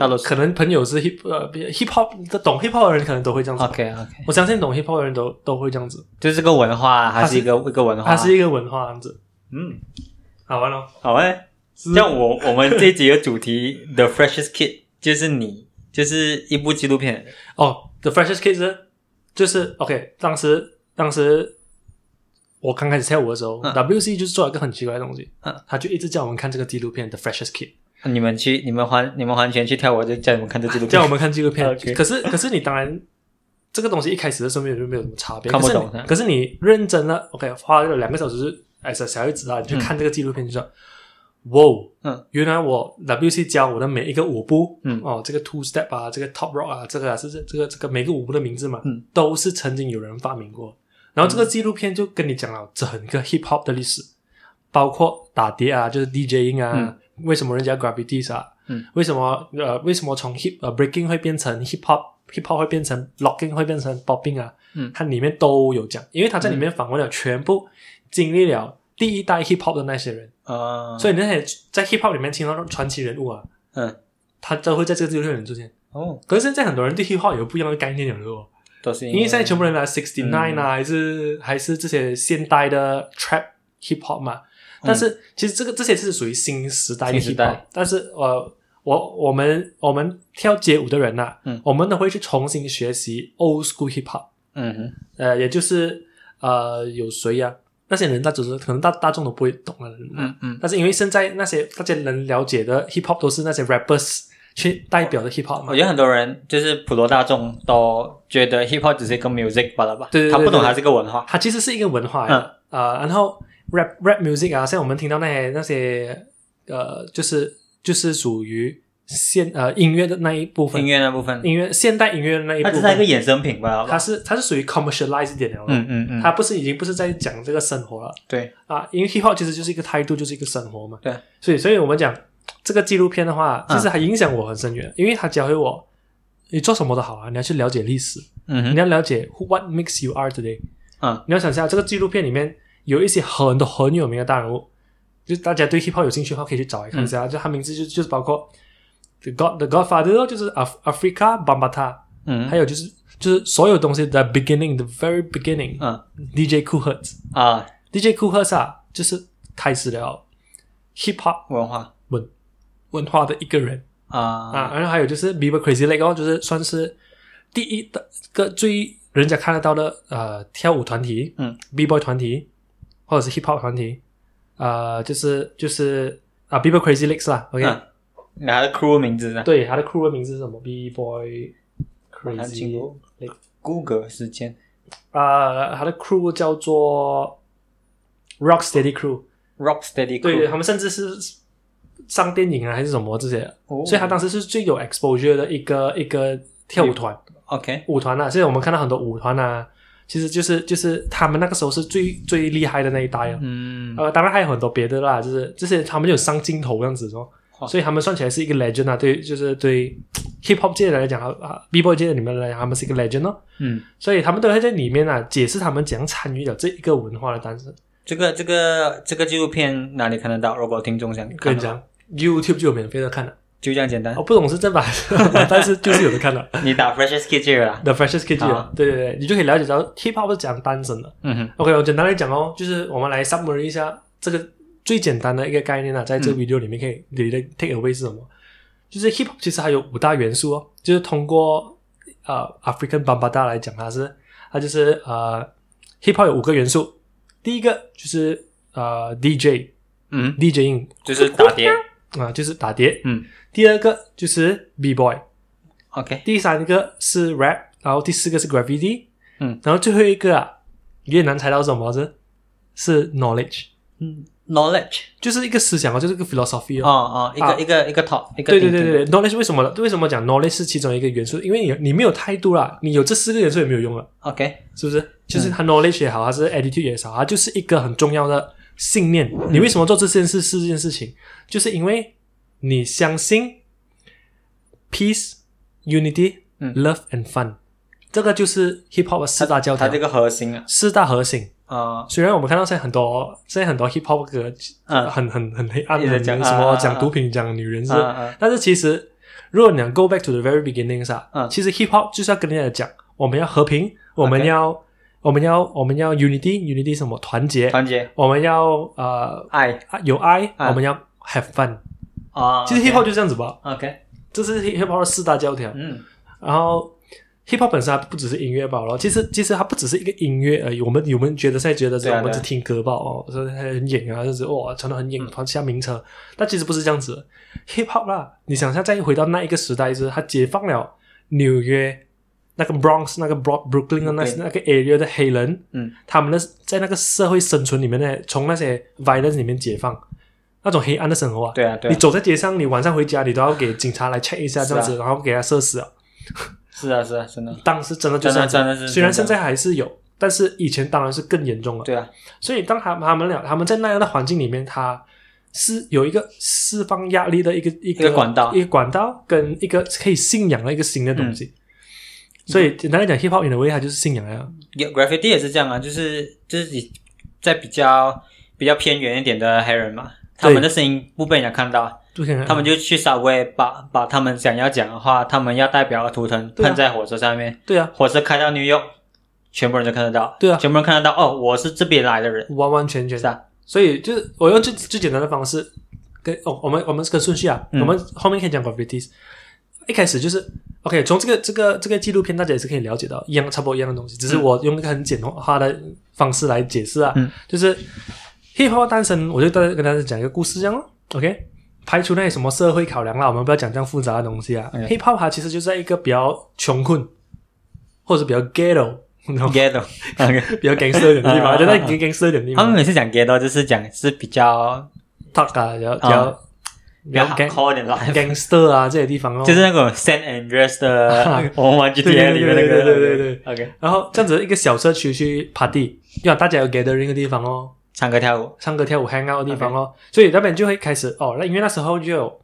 B: 大啊多数。
A: 可能朋友是 hip 呃 hip hop 的懂 hip hop 的人可能都会这样子，
B: OK OK，
A: 我相信懂 hip hop 的人都都会这样子，
B: 就是这个文化，它
A: 它是
B: 是一个一个文化。
A: 它是一个文化这样子。
B: 嗯，
A: 好玩咯，
B: 好哎。
A: 是
B: 像我我们这一集的主题 The Freshest Kid 就是你，就是一部纪录片。
A: 哦，The Freshest Kids 就是 OK，当时当时我刚开始跳舞的时候、
B: 嗯
A: w c 就是做了一个很奇怪的东西，
B: 嗯
A: 他就一直叫我们看这个纪录片 The Freshest Kid，
B: 你们去，你们还你们还钱去跳舞，就叫你们看这纪录片，
A: 叫我们看纪录
B: OK
A: 片。可是可是你当然。这个东西一开始的时候没有就没有什么差别，
B: 看不
A: 可是
B: 懂
A: 你
B: 嗯
A: 可是你认真了，OK，花了两个小时就是，哎，小小孩子啊，你去看这个纪录片，就说，哇哦，
B: 嗯，
A: 原来我 WC 教我的每一个舞步，
B: 嗯
A: 哦，这个 two step 啊，这个 top rock 啊，这个啊，是这这个这个每个舞步的名字嘛，
B: 嗯，
A: 都是曾经有人发明过。然后这个纪录片就跟你讲了整个 hip hop 的历史，包括打碟啊，就是 DJing 啊，
B: 嗯
A: 为什么人家 graffiti 啊，
B: 嗯，
A: 为什么呃为什么从 hip 呃 breaking 会变成 hip hop hip hop 会变成 locking 会变成 popping 啊，
B: 嗯
A: 它里面都有讲，因为它在里面访问了全部经历了第一代 hip hop 的那些人。
B: 啊，
A: 所以那些在 hip hop 里面听到传奇人物啊，
B: 嗯，
A: 他都会在这个纪录片里面出现。
B: 哦，
A: 可是现在很多人对 hip hop 有不一样的概念了哦，
B: 都是
A: 因为现在全部
B: 人
A: 人来 sixty nine 啊，还是还是这些现代的 trap hip hop 嘛。但是其实这个这些是属于新时代的
B: 嗯新
A: hip
B: 时代
A: hop，但是呃，我我们我们跳街舞的人呐、啊
B: 嗯
A: 我们都会去重新学习 old school hip hop，
B: 嗯哼，
A: 呃，也就是呃有谁呀、那些人大只是可能大大众都不会懂啊，
B: 嗯嗯
A: 但是因为现在那些大家能了解的 hip hop 都是那些 rappers 去代表
B: 哦
A: 的 hip hop 嘛
B: 我，觉得很多人就是普罗大众都觉得 hip hop 只是一个 music 罢了吧，
A: 对对对
B: 他不懂
A: 对对
B: 它是一个文化，
A: 它其实是一个文化
B: 嗯
A: 啊、呃然后 rap rap music 啊，像我们听到那些那些呃，就是就是属于现呃音乐的那一部分，
B: 音
A: 音乐
B: 乐那部分，
A: 现代音乐的那一
B: 它
A: 部
B: 只是一个
A: 分，
B: 衍生品罢了
A: 它
B: 吧，
A: 是它是属于 commercialize 一点的，
B: 嗯嗯嗯，
A: 它不是已经不是在讲这个生活了
B: 对，
A: 啊，因为 hip hop 其实就是一个态度，就是一个生活嘛，
B: 对，
A: 所以所以我们讲这个纪录片的话，
B: 嗯
A: 其实还影响我很深远，因为它教会我。你做什么都好啊，你要去了解历史，
B: 嗯
A: 你
B: 哼，
A: 要了解 who- what makes you are today。
B: 嗯，
A: 你要想一下，这个纪录片里面有一些很多很有名的大人物，就大家对 hip hop 有兴趣的话，可以去找来看一
B: 嗯
A: 下。就他名字就就是包括 the God the Godfather，咯就是 Af Africa Bambata，、
B: 嗯
A: 还有就是就是所有东西的 beginning the very beginning、
B: 嗯
A: DJ Cool Herc
B: 啊，
A: DJ Cool Herc 啊，就是开始了 hip hop
B: 文化
A: 文文化的一个人。
B: 啊
A: 啊，然后还有就是 Bieber Crazy Leg 哦，就是算是第一的个最人家看得到的呃跳舞团体，
B: 嗯
A: ，B Boy 团体或者是 Hip Hop 团体，呃，就是就是啊 Bieber Crazy Legs 啦，OK，、
B: 嗯，拿的 crew 名字呢？啊
A: 对，他的 crew 的名字是什么？B Boy
B: 他进
A: Crazy
B: 入 Google 时间，
A: 啊、他的 crew 叫做 Rock Steady Crew，对
B: Rocksteady Crew，
A: 他们甚至是上电影啊还是什么这些，
B: 哦
A: 所以他当时是最有 exposure 的一个一个跳舞团。
B: OK，
A: 舞团啊，现在我们看到很多舞团啊，其实就是就是他们那个时候是最最厉害的那一代啊。
B: 嗯，
A: 呃，当然还有很多别的啦，就是这些他们有上镜头这样子哦，
B: 哦
A: 所以他们算起来是一个 legend 啊，对，就是对 hip hop 界的来讲啊啊，b boy 界的里面来讲，他们是一个 legend 哦，
B: 嗯，
A: 所以他们都会在里面啊解释他们怎样参与了这一个文化的诞生。
B: 这个这个这个纪录片哪里看得到？如果听众想
A: 跟
B: 看
A: 你
B: 的话，
A: 讲，YouTube 就有免费的看了，哦
B: 就这样简单
A: 我、。不懂是正版， 但是就是有的看了。
B: 你打 Freshest Kid 就有啦。
A: The Freshest Kid，就有
B: 啊
A: 对对对，你就可以了解到 hip hop 是怎样诞生的。
B: 嗯哼，
A: OK，我简单来讲哦，就是我们来 summary 一下这个最简单的一个概念啊，在
B: 嗯
A: 这个 video 里面可以你的 take away 是什么？就是 hip hop 其实还有五大元素哦，就是通过呃 African Bambata 来讲，它是它就是呃 hip hop 有五个元素，第一个就是呃 DJ
B: 嗯，
A: DJing
B: 就是打碟。
A: 啊、就是打碟，
B: 嗯
A: 第二个就是 B boy，
B: ，OK，
A: 第三个是 rap，然后第四个是 graffiti，
B: 嗯，
A: 然后最后一个啊，越难猜到什么是是 knowledge，
B: 嗯，Knowledge，
A: 就是一个思想哦，就是一个 philosophy
B: 哦
A: 哦。
B: 哦，一个一个一个 top，一个
A: 对对对
B: thinking
A: 对对，knowledge 为什么为什么讲 knowledge 是其中一个元素？因为你你没有态度啦，你有这四个元素也没有用啊了，
B: ，OK，
A: 是不是？
B: 嗯
A: 就是它 knowledge 也好，它是 attitude 也好，它就是
B: 嗯
A: 一个很重要的信念。你为什么做这件事？四件事情，就是因为你相信 peace、unity、
B: 嗯
A: love and fun，这个就是 hip hop 的四大教条
B: 它，这个核心啊，
A: 四大核心。
B: 啊、
A: 虽然我们看到现在很多现在很多 hip hop 歌
B: 嗯
A: 很很很黑暗
B: 一直
A: 的，
B: 讲
A: 什么
B: 啊
A: 讲毒品、讲女人是
B: 啊啊，
A: 但是其实如果你讲 go back to the very beginnings 啊，
B: 嗯
A: 其实 hip hop 就是要跟人家讲，我们要和平，我们
B: OK
A: 要我们要我们要 unity，unity 什么团结，
B: 团结、
A: 我们要呃
B: 爱
A: 有爱，
B: 啊
A: 我们要 have fun。
B: 啊，
A: 其实 hip hop 就这样子吧，
B: OK，
A: 这是 hip hop 的四大教条。
B: 嗯
A: 然后 hip hop 本身它不只是音乐吧，然后其实其实它不只是一个音乐而已。我们我们觉得现在觉得这
B: 对啊
A: 我们
B: 对啊
A: 只听歌吧，哦，说很演啊，就是哇穿的很演，穿下名车，但其实不是这样子。hip hop 啦，你想象再回到那一个时代，就是它解放了纽约那个 Bronx 那个 Bro Brooklyn 的那
B: Brooklyn
A: 那个 area 的黑人，
B: 嗯
A: 他们的在那个社会生存里面呢，从那些 violence 里面解放，那种黑暗的生活啊，
B: 对啊对啊
A: 你走在街上，你晚上回家，你都要给警察来 check 一下
B: 是
A: 这
B: 啊
A: 样子，然后给他射死啊。
B: 是啊是啊，真的，
A: 当时真的就这样子
B: 真的真的是
A: 虽然现
B: 真的
A: 在还是有，但是以前当然是更严重了。
B: 对啊，
A: 所以当他他们俩他们在那样的环境里面，他是有一个释放压力的一个一个
B: 一个管道嗯
A: 一个管道跟一个可以信仰的一个新的东西。所以简单来讲，hip hop in a way 它就是信仰啊呀。
B: 有 graffiti 也是这样啊，就是就是你在比较比较偏远一点的黑人嘛，他们的声音不被人家看到，
A: 就可以
B: 他们就去稍微把把他们想要讲的话，他们要代表的图腾
A: 对啊
B: 喷在火车上面，
A: 对啊，
B: 火车开到 New York，全部人都看得到，
A: 对啊
B: 全部人看得到，哦，我是这边来的 人，
A: 完完全全
B: 是啊。
A: 所以就是我用最最简单的方式跟哦，我们我们跟顺序啊，
B: 嗯
A: 我们后面可以讲 graffiti。一开始就是 OK，从这个这个这个纪录片大家也是可以了解到一样差不多一样的东西，只是我用一个很简化的方式来解释啊，
B: 嗯
A: 就是 hip hop 诞生，我就大家跟大家讲一个故事这样咯，OK。排除那些什么社会考量啦，我们不要讲这样复杂的东西啊。
B: OK
A: hip hop 它其实就是在一个比较穷困，或者比较 ghetto，然后
B: ghetto，
A: 比较 gangster 一点的地
B: 啊啊啊
A: 方，就在 gangster 一点的地
B: 他
A: 方
B: 们。每次讲 ghetto 就是讲是比较
A: talk 啊，然后
B: 啊
A: 然后
B: 比较
A: 然后 gang
B: hardcore 一点 life，
A: gangster 啊这些地方哦，
B: 就是那种 San Andreas 的我们玩 GTA
A: 对
B: 里面那
A: 对
B: 个，
A: 对对对
B: ，OK，
A: 然后这样子一个小社区去 party，要大家有 gathering 的地方哦，
B: 唱歌跳舞，
A: 唱歌跳舞 hang out 的地方哦，所以那边就会开始哦，那因为那时候就有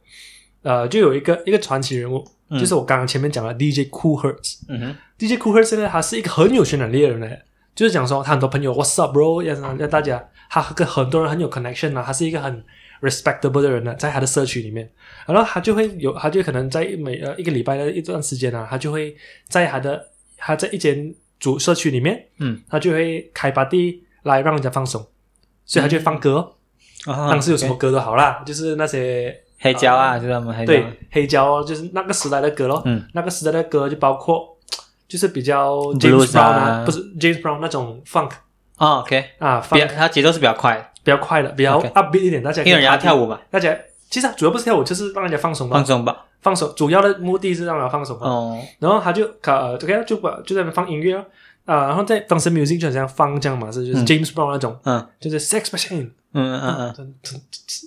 A: 呃就有一个一个传奇人物，
B: 嗯
A: 就是我刚刚前面讲的 DJ Cool Herc。
B: 嗯哼，
A: DJ Cool Herc 呢，他是一个很有渲染力的人呢，就是讲说他很多朋友 What's up bro，要让让大家他跟很多人很有 connection 啊，他是一个很 respectable 的人呢，啊在他的社区里面，然后他就会有，他就可能在每呃一个礼拜的一段时间啊，他就会在他的他在一间主社区里面，
B: 嗯，
A: 他就会开 party 来让人家放松，所以他就会放歌哦，当时有什么
B: 嗯 OK
A: 歌都好啦，就是那些
B: 啊黑胶啊，就是他们黑胶，
A: 对，黑胶哦就是那个时代的歌咯。
B: 嗯，
A: 那个时代的歌就包括就是比较 James
B: Blues
A: Brown
B: 啊
A: 不是 James Brown 那种 funk
B: 哦，OK，
A: 啊
B: 比较
A: ，funk
B: 它节奏是比较快的，
A: 比较快的，比较
B: OK
A: upbeat 一点，大家可以
B: 因为人家
A: party
B: 跳，舞嘛，
A: 大家其实主要不是跳舞，就是让人家放松
B: 放
A: 吧，
B: 松吧，
A: 放松，主要的目的是让人家放松嘛。
B: 哦，
A: 然后他就呃，OK，就把就在那边放音乐哦啊，然后在当时 music 就很像放这样嘛，是就是
B: 嗯
A: James Brown 那种，
B: 嗯
A: 就是 Sex Machine。
B: 嗯嗯
A: 嗯，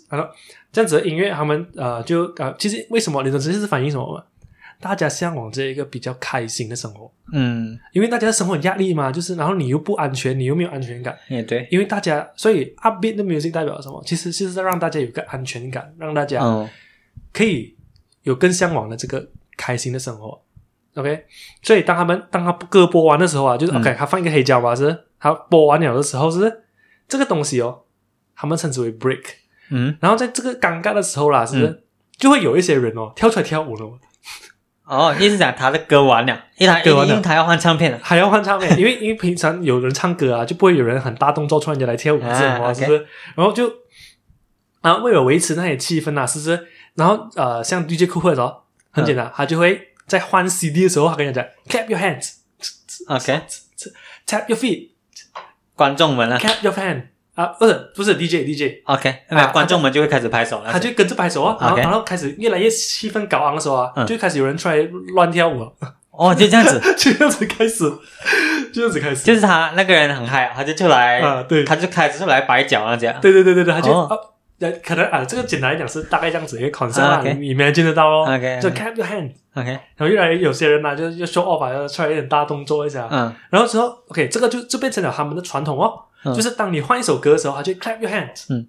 A: 然后这样子的音乐，他们呃就呃，其实为什么你懂这就是反映什么吗？大家向往这一个比较开心的生活，
B: 嗯嗯，
A: 因为大家的生活有压力嘛，就是然后你又不安全，你又没有安全感，
B: 也对，
A: 因为大家所以 upbeat 的 music 代表什么？其实就是在让大家有个安全感，让大家
B: 哦，
A: 可以有更向往的这个开心的生活。OK，所以当他们当他歌播完的时候啊，就是、
B: 嗯
A: OK，他放一个黑胶吧，是不是他播完了的时候是不是这个东西哦，他们称之为 break。
B: 嗯，
A: 然后在这个尴尬的时候啦，是不是、就会有一些人哦跳出来跳舞了，
B: 哦，意思讲他的歌完了，因为他
A: 歌完了
B: 因为他要换唱片啊了，
A: 还要换唱 片，因为因为平常有人唱歌啊，就不会有人很大动作突然间来跳舞
B: 啊
A: 是什么，
B: OK
A: 是不是？然后就啊，为了维持那些气氛啊，是不是？然后呃，像 DJ 酷或者哦，很简
B: 嗯
A: 单，他就会在换 CD 的时候，他跟人家讲 clap your hands。
B: OK，
A: Tap your feet,
B: 观众们了
A: clap your hand 啊，不是不是 DJ DJ，
B: ，OK，没有
A: 啊
B: 观众们就会开始拍手了
A: 他，就跟着拍手啊，然后
B: OK
A: 然后开始越来越气氛高昂的时候啊，
B: 嗯
A: 就开始有人出来乱跳舞了，
B: 哦，就这样子，
A: 就这样子开始，就这样子开始，
B: 就是他那个人很嗨，他就出来，
A: 啊，对，
B: 他就开始出来摆脚啊，这样。
A: 对对对对对，他就、
B: 哦
A: 啊，呃可能啊，这个简单来讲是大概这样子一个 concept 啦、
B: 啊，OK
A: 你你们见得到咯
B: OK，
A: 就
B: OK
A: clap your hand，
B: OK，
A: 然后越来越有些人呢、就就 show off 啊，要出来一点大动作一下，
B: 嗯
A: 然后之后 OK，这个就就变成了他们的传统哦，
B: 嗯
A: 就是当你换一首歌的时候，他就 clap your hand，
B: 嗯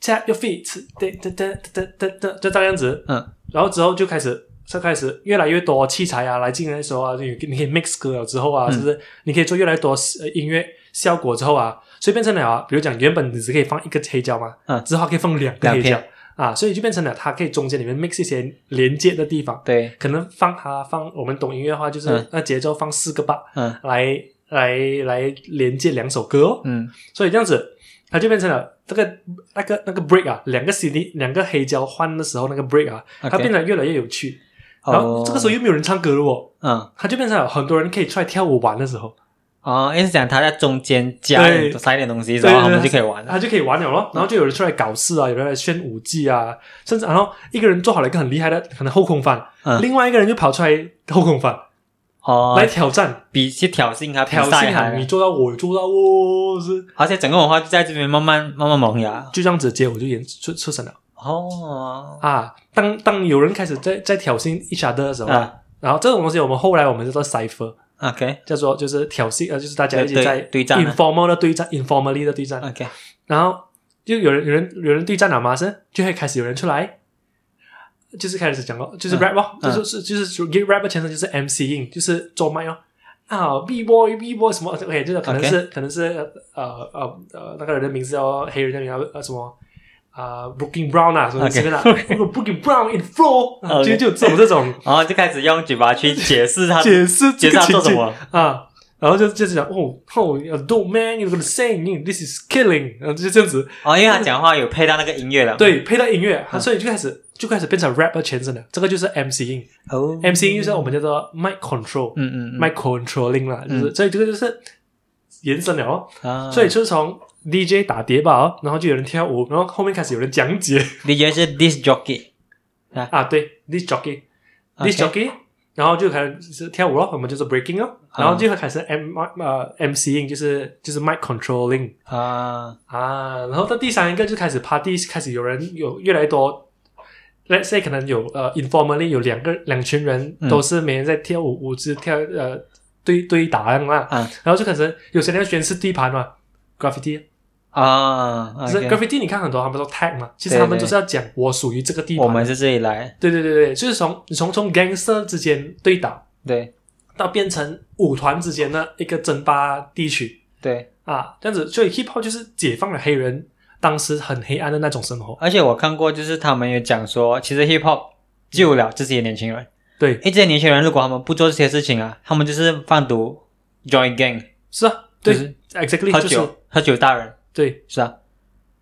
A: tap your feet，对对对对对对，就这样子。
B: 嗯，
A: 然后之后就开始，就开始越来越多器材啊来进来的时候啊，就有你可以 mix 歌了之后啊，
B: 嗯
A: 就是你可以做越来越多呃音乐效果之后啊，所以变成了啊，比如讲原本你只可以放一个黑胶嘛，
B: 嗯
A: 之后它可以放两个黑胶
B: 两片
A: 啊，所以就变成了它可以中间里面 mix 一些连接的地方，
B: 对，
A: 可能放它放我们懂音乐的话，就是
B: 嗯
A: 那节奏放四个八
B: 嗯
A: 来来来连接两首歌哦。
B: 嗯
A: 所以这样子，它就变成了这个那个那个 break 啊，两个 CD 两个黑胶换的时候那个 break 啊，
B: ，OK，
A: 它变得越来越有趣。然后这个时候
B: 候，
A: 又没有人唱歌了哦，
B: 嗯
A: 它就变成了很多人可以出来跳舞玩的时候，
B: 哦，意思讲他在中间加
A: 对
B: 塞一点东西，
A: 对
B: 然后他们
A: 对
B: 就可以玩了。
A: 它就可以玩了
B: 嗯
A: 咯。然后就有人出来搞事啊，有人来炫舞技啊，甚至然后一个人做好了一个很厉害的可能后空翻，
B: 嗯
A: 另外一个人就跑出来后空翻、
B: 哦
A: 来，挑战。
B: 比去挑衅他，
A: 挑
B: 比赛
A: 衅
B: 他
A: 啊！你，做到我有做到哦，是
B: 而且整个文化就在这边慢慢慢慢萌芽。
A: 就这样子，结果就演出出生了
B: 哦，
A: 啊！当当有人开始在在挑衅 each other 的时候，
B: 啊
A: 然后这种东西，我们后来我们叫做 cipher，
B: ，OK
A: 叫做就是挑衅，呃，就是大家一起
B: 对对
A: 在
B: 对战啊
A: informal 的对战，informally 的对战，
B: OK，
A: 然后就有人有人有人对战了嘛，是就会开始有人出来，就是开始讲了，就是
B: 嗯
A: rap 咯，
B: 嗯
A: 就是就是 g a rap 的前身就是 MC ing，就是做麦哦。啊，B boy B boy 什么？OK，就是可能
B: OK
A: 是可能是呃呃呃那个人的名字叫黑人的名字叫呃什么啊、b o o k i n g Brown 啊什么
B: OK
A: 之类的。b o o k i n g Brown in flow，啊就
B: OK
A: 就这种这种
B: 然后哦就开始用嘴巴去解释他，
A: 解释这
B: 解释
A: 个
B: 他
A: 情
B: 做什
A: 境
B: 么。
A: 啊，然后就就是讲哦哦，Don't man you're gonna sing this is killing，然后就这样子，
B: 哦，因为他讲话有配到那个音乐了。，
A: 对，配到音乐，啊所以就开始就开始变成 rap 的前身了。这个就是 MC 音
B: 哦
A: ，MC 音就是我们叫做 mic control，mic
B: 嗯嗯嗯
A: controlling 啦，就是所以这个就是延伸了哦。
B: 啊，
A: 所以就是从 DJ 打碟吧哦，然后就有人跳舞，然后后面开始有人讲解
B: DJ 是 disc jockey，
A: 啊，对，this jockey，this jockey。然后就开始是跳舞咯，我们就是 breaking 咯，
B: 嗯
A: 然后就会开始 M 呃 MC 音，就是就是 mic controlling，
B: 啊，
A: 啊，然后到第三个就开始 party，开始有人有越来越多，let's say 可能有呃 informally 有两个两群人
B: 嗯
A: 都是每人在跳舞舞姿跳呃对对打样啦，
B: 嗯
A: 然后就可能有些人要宣示地盘嘛，graffiti，
B: 啊
A: 可是
B: OK
A: graffiti 你看很多他们都 tag 嘛，其实
B: 对
A: 他们
B: 对
A: 就是要讲我属于这个地盘，
B: 我们是这里来，
A: 对对对对，就是从从从 gangster 之间对打
B: 对
A: 到变成舞团之间的一个争霸地区
B: 对，
A: 啊，这样子，所以 hip hop 就是解放了黑人当时很黑暗的那种生活。
B: 而且我看过，就是他们有讲说，其实 hip hop 救了这些年轻人，
A: 对
B: 因，为这些年轻人如果他们不做这些事情啊，他们就是贩毒、join gang，
A: 是啊，
B: 就
A: 对、
B: 是
A: e x a c t l y
B: 喝
A: 就是
B: 酒、喝酒大人，
A: 对，
B: 是啊，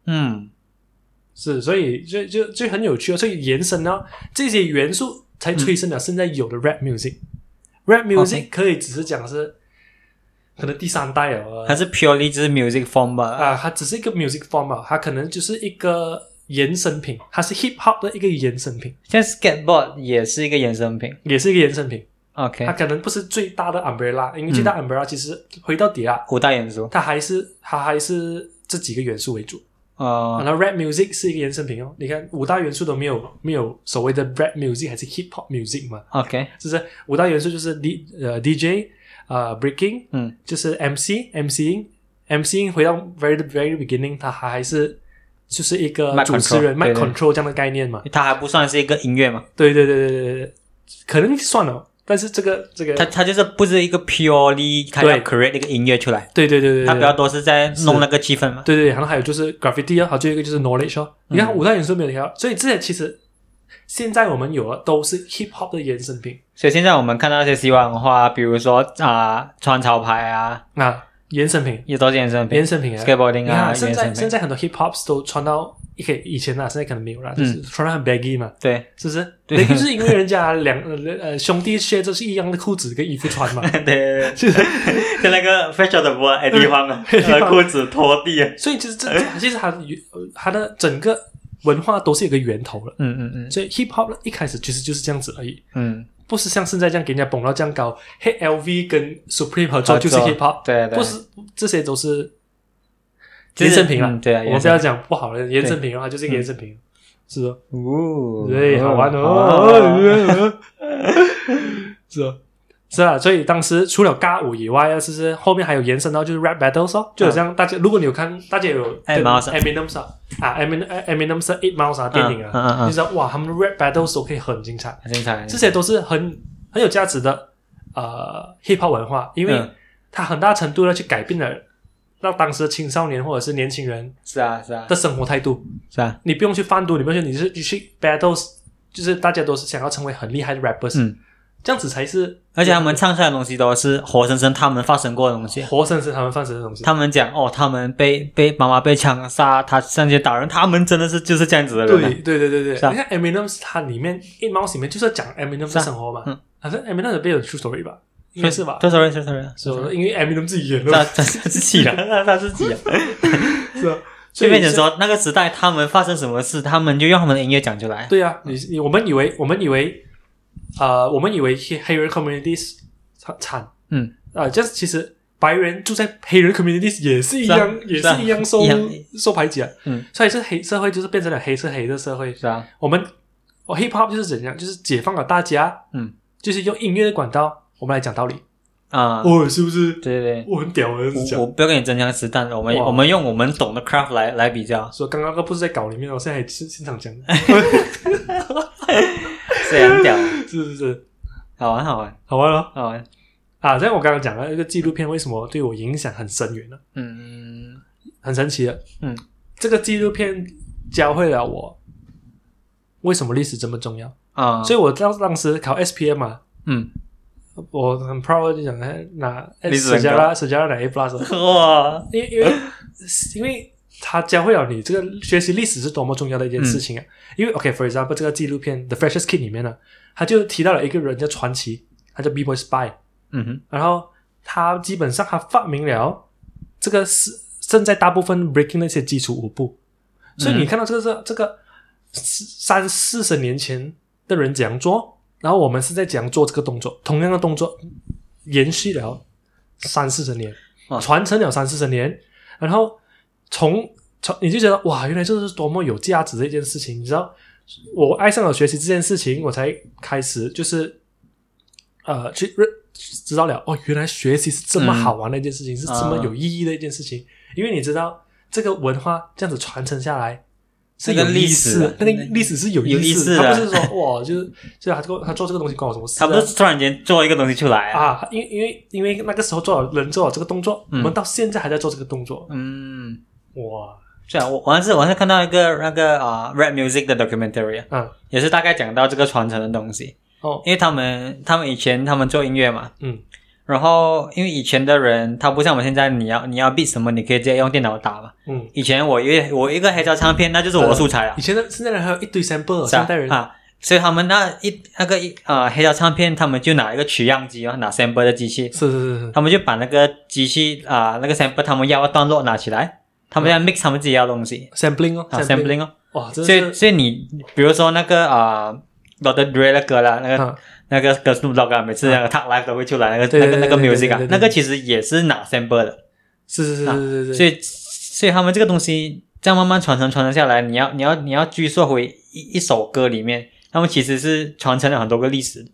B: 嗯，
A: 是，所以就就就很有趣哦，所以延伸到这些元素才
B: 嗯
A: 催生了啊现在有的 rap music。rap music 可以只是讲是可能第三代哦，
B: 它是 purely 就是 music form 吧，
A: 啊，它只是一个 music form 啊，它可能就是一个衍生品，它是 hip hop 的一个衍生品，
B: 像 skateboard 也是一个衍生品
A: 也是一个衍生品。
B: ，OK，
A: 它可能不是最大的 umbrella，因为最大
B: 嗯
A: umbrella 其实回到底啊，
B: 五大元素，
A: 它还是它还是这几个元素为主。
B: 啊，
A: 然后 rap music 是一个衍生品哦，你看五大元素都没有没有所谓的 rap music 还是 hip hop music 嘛，
B: OK，
A: 就是五大元素就是 D 呃 DJ 呃 breaking
B: 嗯
A: 就是 MC MCing MCing 回到 very very beginning 它还还是就是一个
B: Mic
A: 主持人
B: control，
A: mic
B: 对对
A: control 这样的概念嘛，
B: 它还不算是一个音乐嘛，
A: 对对对对对对对，可能算了，但是这个这个
B: 它它就是不是一个 purely 它要
A: 对
B: create 一个音乐出来，
A: 对对对对，对
B: 它比较多是在弄那个气氛嘛，
A: 对对，对然后还有就是 graffiti 啊，还有最后一个就是 knowledge 哦。
B: 嗯
A: 你看五大元素没有提到，所以这些其实现在我们有的都是 hip hop 的衍生品
B: 所以现在我们看到一些西方文化，比如说啊穿潮牌啊，
A: 啊，衍生品，
B: 也都是衍生品
A: 衍生品啊。你
B: ，skateboarding 啊，
A: 看现
B: 衍
A: 在
B: 生
A: 现
B: 品，
A: 在很多 hip hops 都穿到以前以前啊，现在可能没有啦，就是穿到很 baggy 嘛，
B: 对
A: 是不是？
B: 嗯对
A: 那就是因为人家两呃呃兄弟 share 都是一样的裤子跟衣服穿嘛，
B: 对对， 对
A: 是不是？
B: 跟那个 fashion 的不哎地方啊，
A: 地方
B: 呃裤子拖地啊，
A: 所以其实这这其实它的它的整个文化都是有一个源头了，
B: 嗯嗯嗯
A: 所以 hip hop 一开始其实就是这样子而已。
B: 嗯，
A: 不是像现在这样给人家捧到这样高。黑 LV 跟 Supreme 合作
B: 合作
A: 就是 hip hop，
B: 对对，
A: 不是这些都是
B: 就
A: 衍
B: 是
A: 生品了
B: 嗯。对啊，
A: 我们
B: 衍
A: 不
B: 生
A: 要讲不好的衍生品的话，啊
B: 嗯
A: 就是一个衍生品，是哦，哎
B: 哦
A: 对，好玩哦
B: 好玩
A: 哦，是哦。是啊，所以当时除了尬舞以外啊，其实后面还有延伸到就是 rap battles 哦，就好像大家、如果你有看，大家有
B: Eight Miles 嗯啊
A: Eminem 啊啊 Emin Eminem 是 Eight Miles 啊电影啊，
B: 嗯嗯嗯
A: 就知道哇，他们的 rap battles 都可以很精彩，
B: 很精彩。
A: 这些都是很很有价值的呃 hip hop 文化，因为
B: 嗯
A: 它很大程度的去改变了让当时的青少年或者是年轻人
B: 是啊，是啊
A: 的，生活态度。
B: 是啊，
A: 你不用去贩毒，你不用去，你是你去 battles，就是大家都是想要成为很厉害的 rappers，、
B: 嗯。
A: 这样子才是
B: 而且他们唱出来的东西都是活生生他们发生过的东西。
A: 活生生他们放生的东西。
B: 他们讲哦，他们被被妈妈被枪杀，他上街打人，他们真的是就是这样子的人啊、
A: 对对对对对，
B: 是啊
A: 你看 Eminem 它里面一 mouse 里面就是讲 Eminem
B: 是
A: 的
B: 啊
A: 生活嘛，
B: 嗯啊
A: 好像 Eminem 的 Bill True Story 吧，应该是吧？
B: 对，sorry，sorry，sorry，sorry，
A: 是吧，因为 Eminem 自己演
B: 他
A: 的，
B: 他他自己的，他他自己的。
A: 是啊吧？
B: 所以变成
A: 是，
B: 说，那个时代他们发生什么事，他们就用他们的音乐讲出来。
A: 对啊，你你我们以为我们以为，呃，我们以为黑黑人 communities 惨惨，
B: 嗯，
A: 啊，这样其实白人住在黑人 communities 也是一
B: 是啊
A: 样，也
B: 是啊
A: 是一样受
B: 一样
A: 受排挤啊。
B: 嗯，
A: 所以是黑社会就是变成了黑吃黑的社会。
B: 是啊，
A: 我们我 hip hop 就是怎样，就是解放了大家，
B: 嗯，
A: 就是用音乐的管道，我们来讲道理。
B: 啊、
A: 哦，是不是？
B: 对对
A: 我很屌啊，是
B: 对，我
A: 讲
B: 我不要跟你争枪实弹，我们
A: 哇
B: 我们用我们懂的 craft 来来比较，
A: 说刚刚那个不是在搞里面，我现在还是现 场讲，
B: 这样屌，
A: 是不是？
B: 好玩好玩
A: 好玩了
B: 好玩，
A: 啊！像我刚刚讲了一个纪录片，为什么对我影响很深远呢？
B: 嗯
A: 很神奇的，
B: 嗯，
A: 这个纪录片教会了我为什么历史这么重要。
B: 啊，
A: 所以我当当时考 SPM 嘛，
B: 嗯，
A: 我很 proud 就想哎拿
B: 历史很高
A: 史加拉史加拉拿 A plus，哦
B: 哇，
A: 因为因为 因为他教会了你这个学习历史是多么重要的一件事情啊。
B: 嗯
A: 因为 OK，for、example，这个纪录片《The Freshest Kid》里面呢，他就提到了一个人叫传奇，他叫 B Boy Spy，
B: 嗯哼，
A: 然后他基本上他发明了这个是正在大部分 breaking 那些基础舞步，所以你看到这个是这个四三四十年前的人怎样做，然后我们是在怎样做这个动作，同样的动作延续了三四十年
B: 哇，
A: 传承了三四十年，然后从从你就觉得哇，原来这是多么有价值的一件事情，你知道。我爱上了学习这件事情，我才开始就是呃，去认知道了哦，原来学习是这么好玩的一件
B: 嗯
A: 事情，是这么有意义的一件事情。因为你知道这个文化这样子传承下来是有
B: 那个
A: 意
B: 历史
A: 思的
B: 啊，
A: 那个历史是有
B: 有意
A: 思
B: 思
A: 的，他
B: 的
A: 不是说哇，就是就是他做他做这个东西关我什么事、啊？
B: 他不是突然间做一个东西出来啊，
A: 啊，因为因为因为那个时候做了人做了这个动作，
B: 嗯
A: 我们到现在还在做这个动作，
B: 嗯，
A: 哇，
B: 是啊，我我还是我还是看到一个那个啊、rap music 的 documentary，啊
A: 嗯，
B: 也是大概讲到这个传承的东西，
A: 哦，
B: 因为他们他们以前他们做音乐嘛，
A: 嗯，
B: 然后因为以前的人他不像我们现在，你要你要 beat 什么，你可以直接用电脑打嘛。
A: 嗯，
B: 以前我一我一个黑胶唱片，那就是我的素材啊
A: 以，前的现在人还有一堆 sample，
B: 是啊
A: 现代人
B: 啊，所以他们那一那个一呃黑胶唱片，他们就拿一个取样机哦，拿 sample 的机器，
A: 是是是是，
B: 他们就把那个机器啊、那个 sample 他们要的段落拿起来，他们要 mix 他们自己要的东西
A: sampling 哦
B: 啊 sampling 哦，
A: 哇，真
B: 所以
A: 的是
B: 所以你比如说那个啊。Dr. Dre 的歌啦，那个
A: 啊
B: 那个歌 Snoop Dogg 啊，每次那个 Talk Live 都会出来那个
A: 对
B: 那
A: 对
B: 个那个
A: 对对
B: music 啊
A: 对对对，
B: 那个其实也是拿 sample 的，
A: 是是是是是是，
B: 所以所以他们这个东西这样慢慢传承传承下来，你要你要你要追溯回一一首歌里面，他们其实是传承了很多个历史。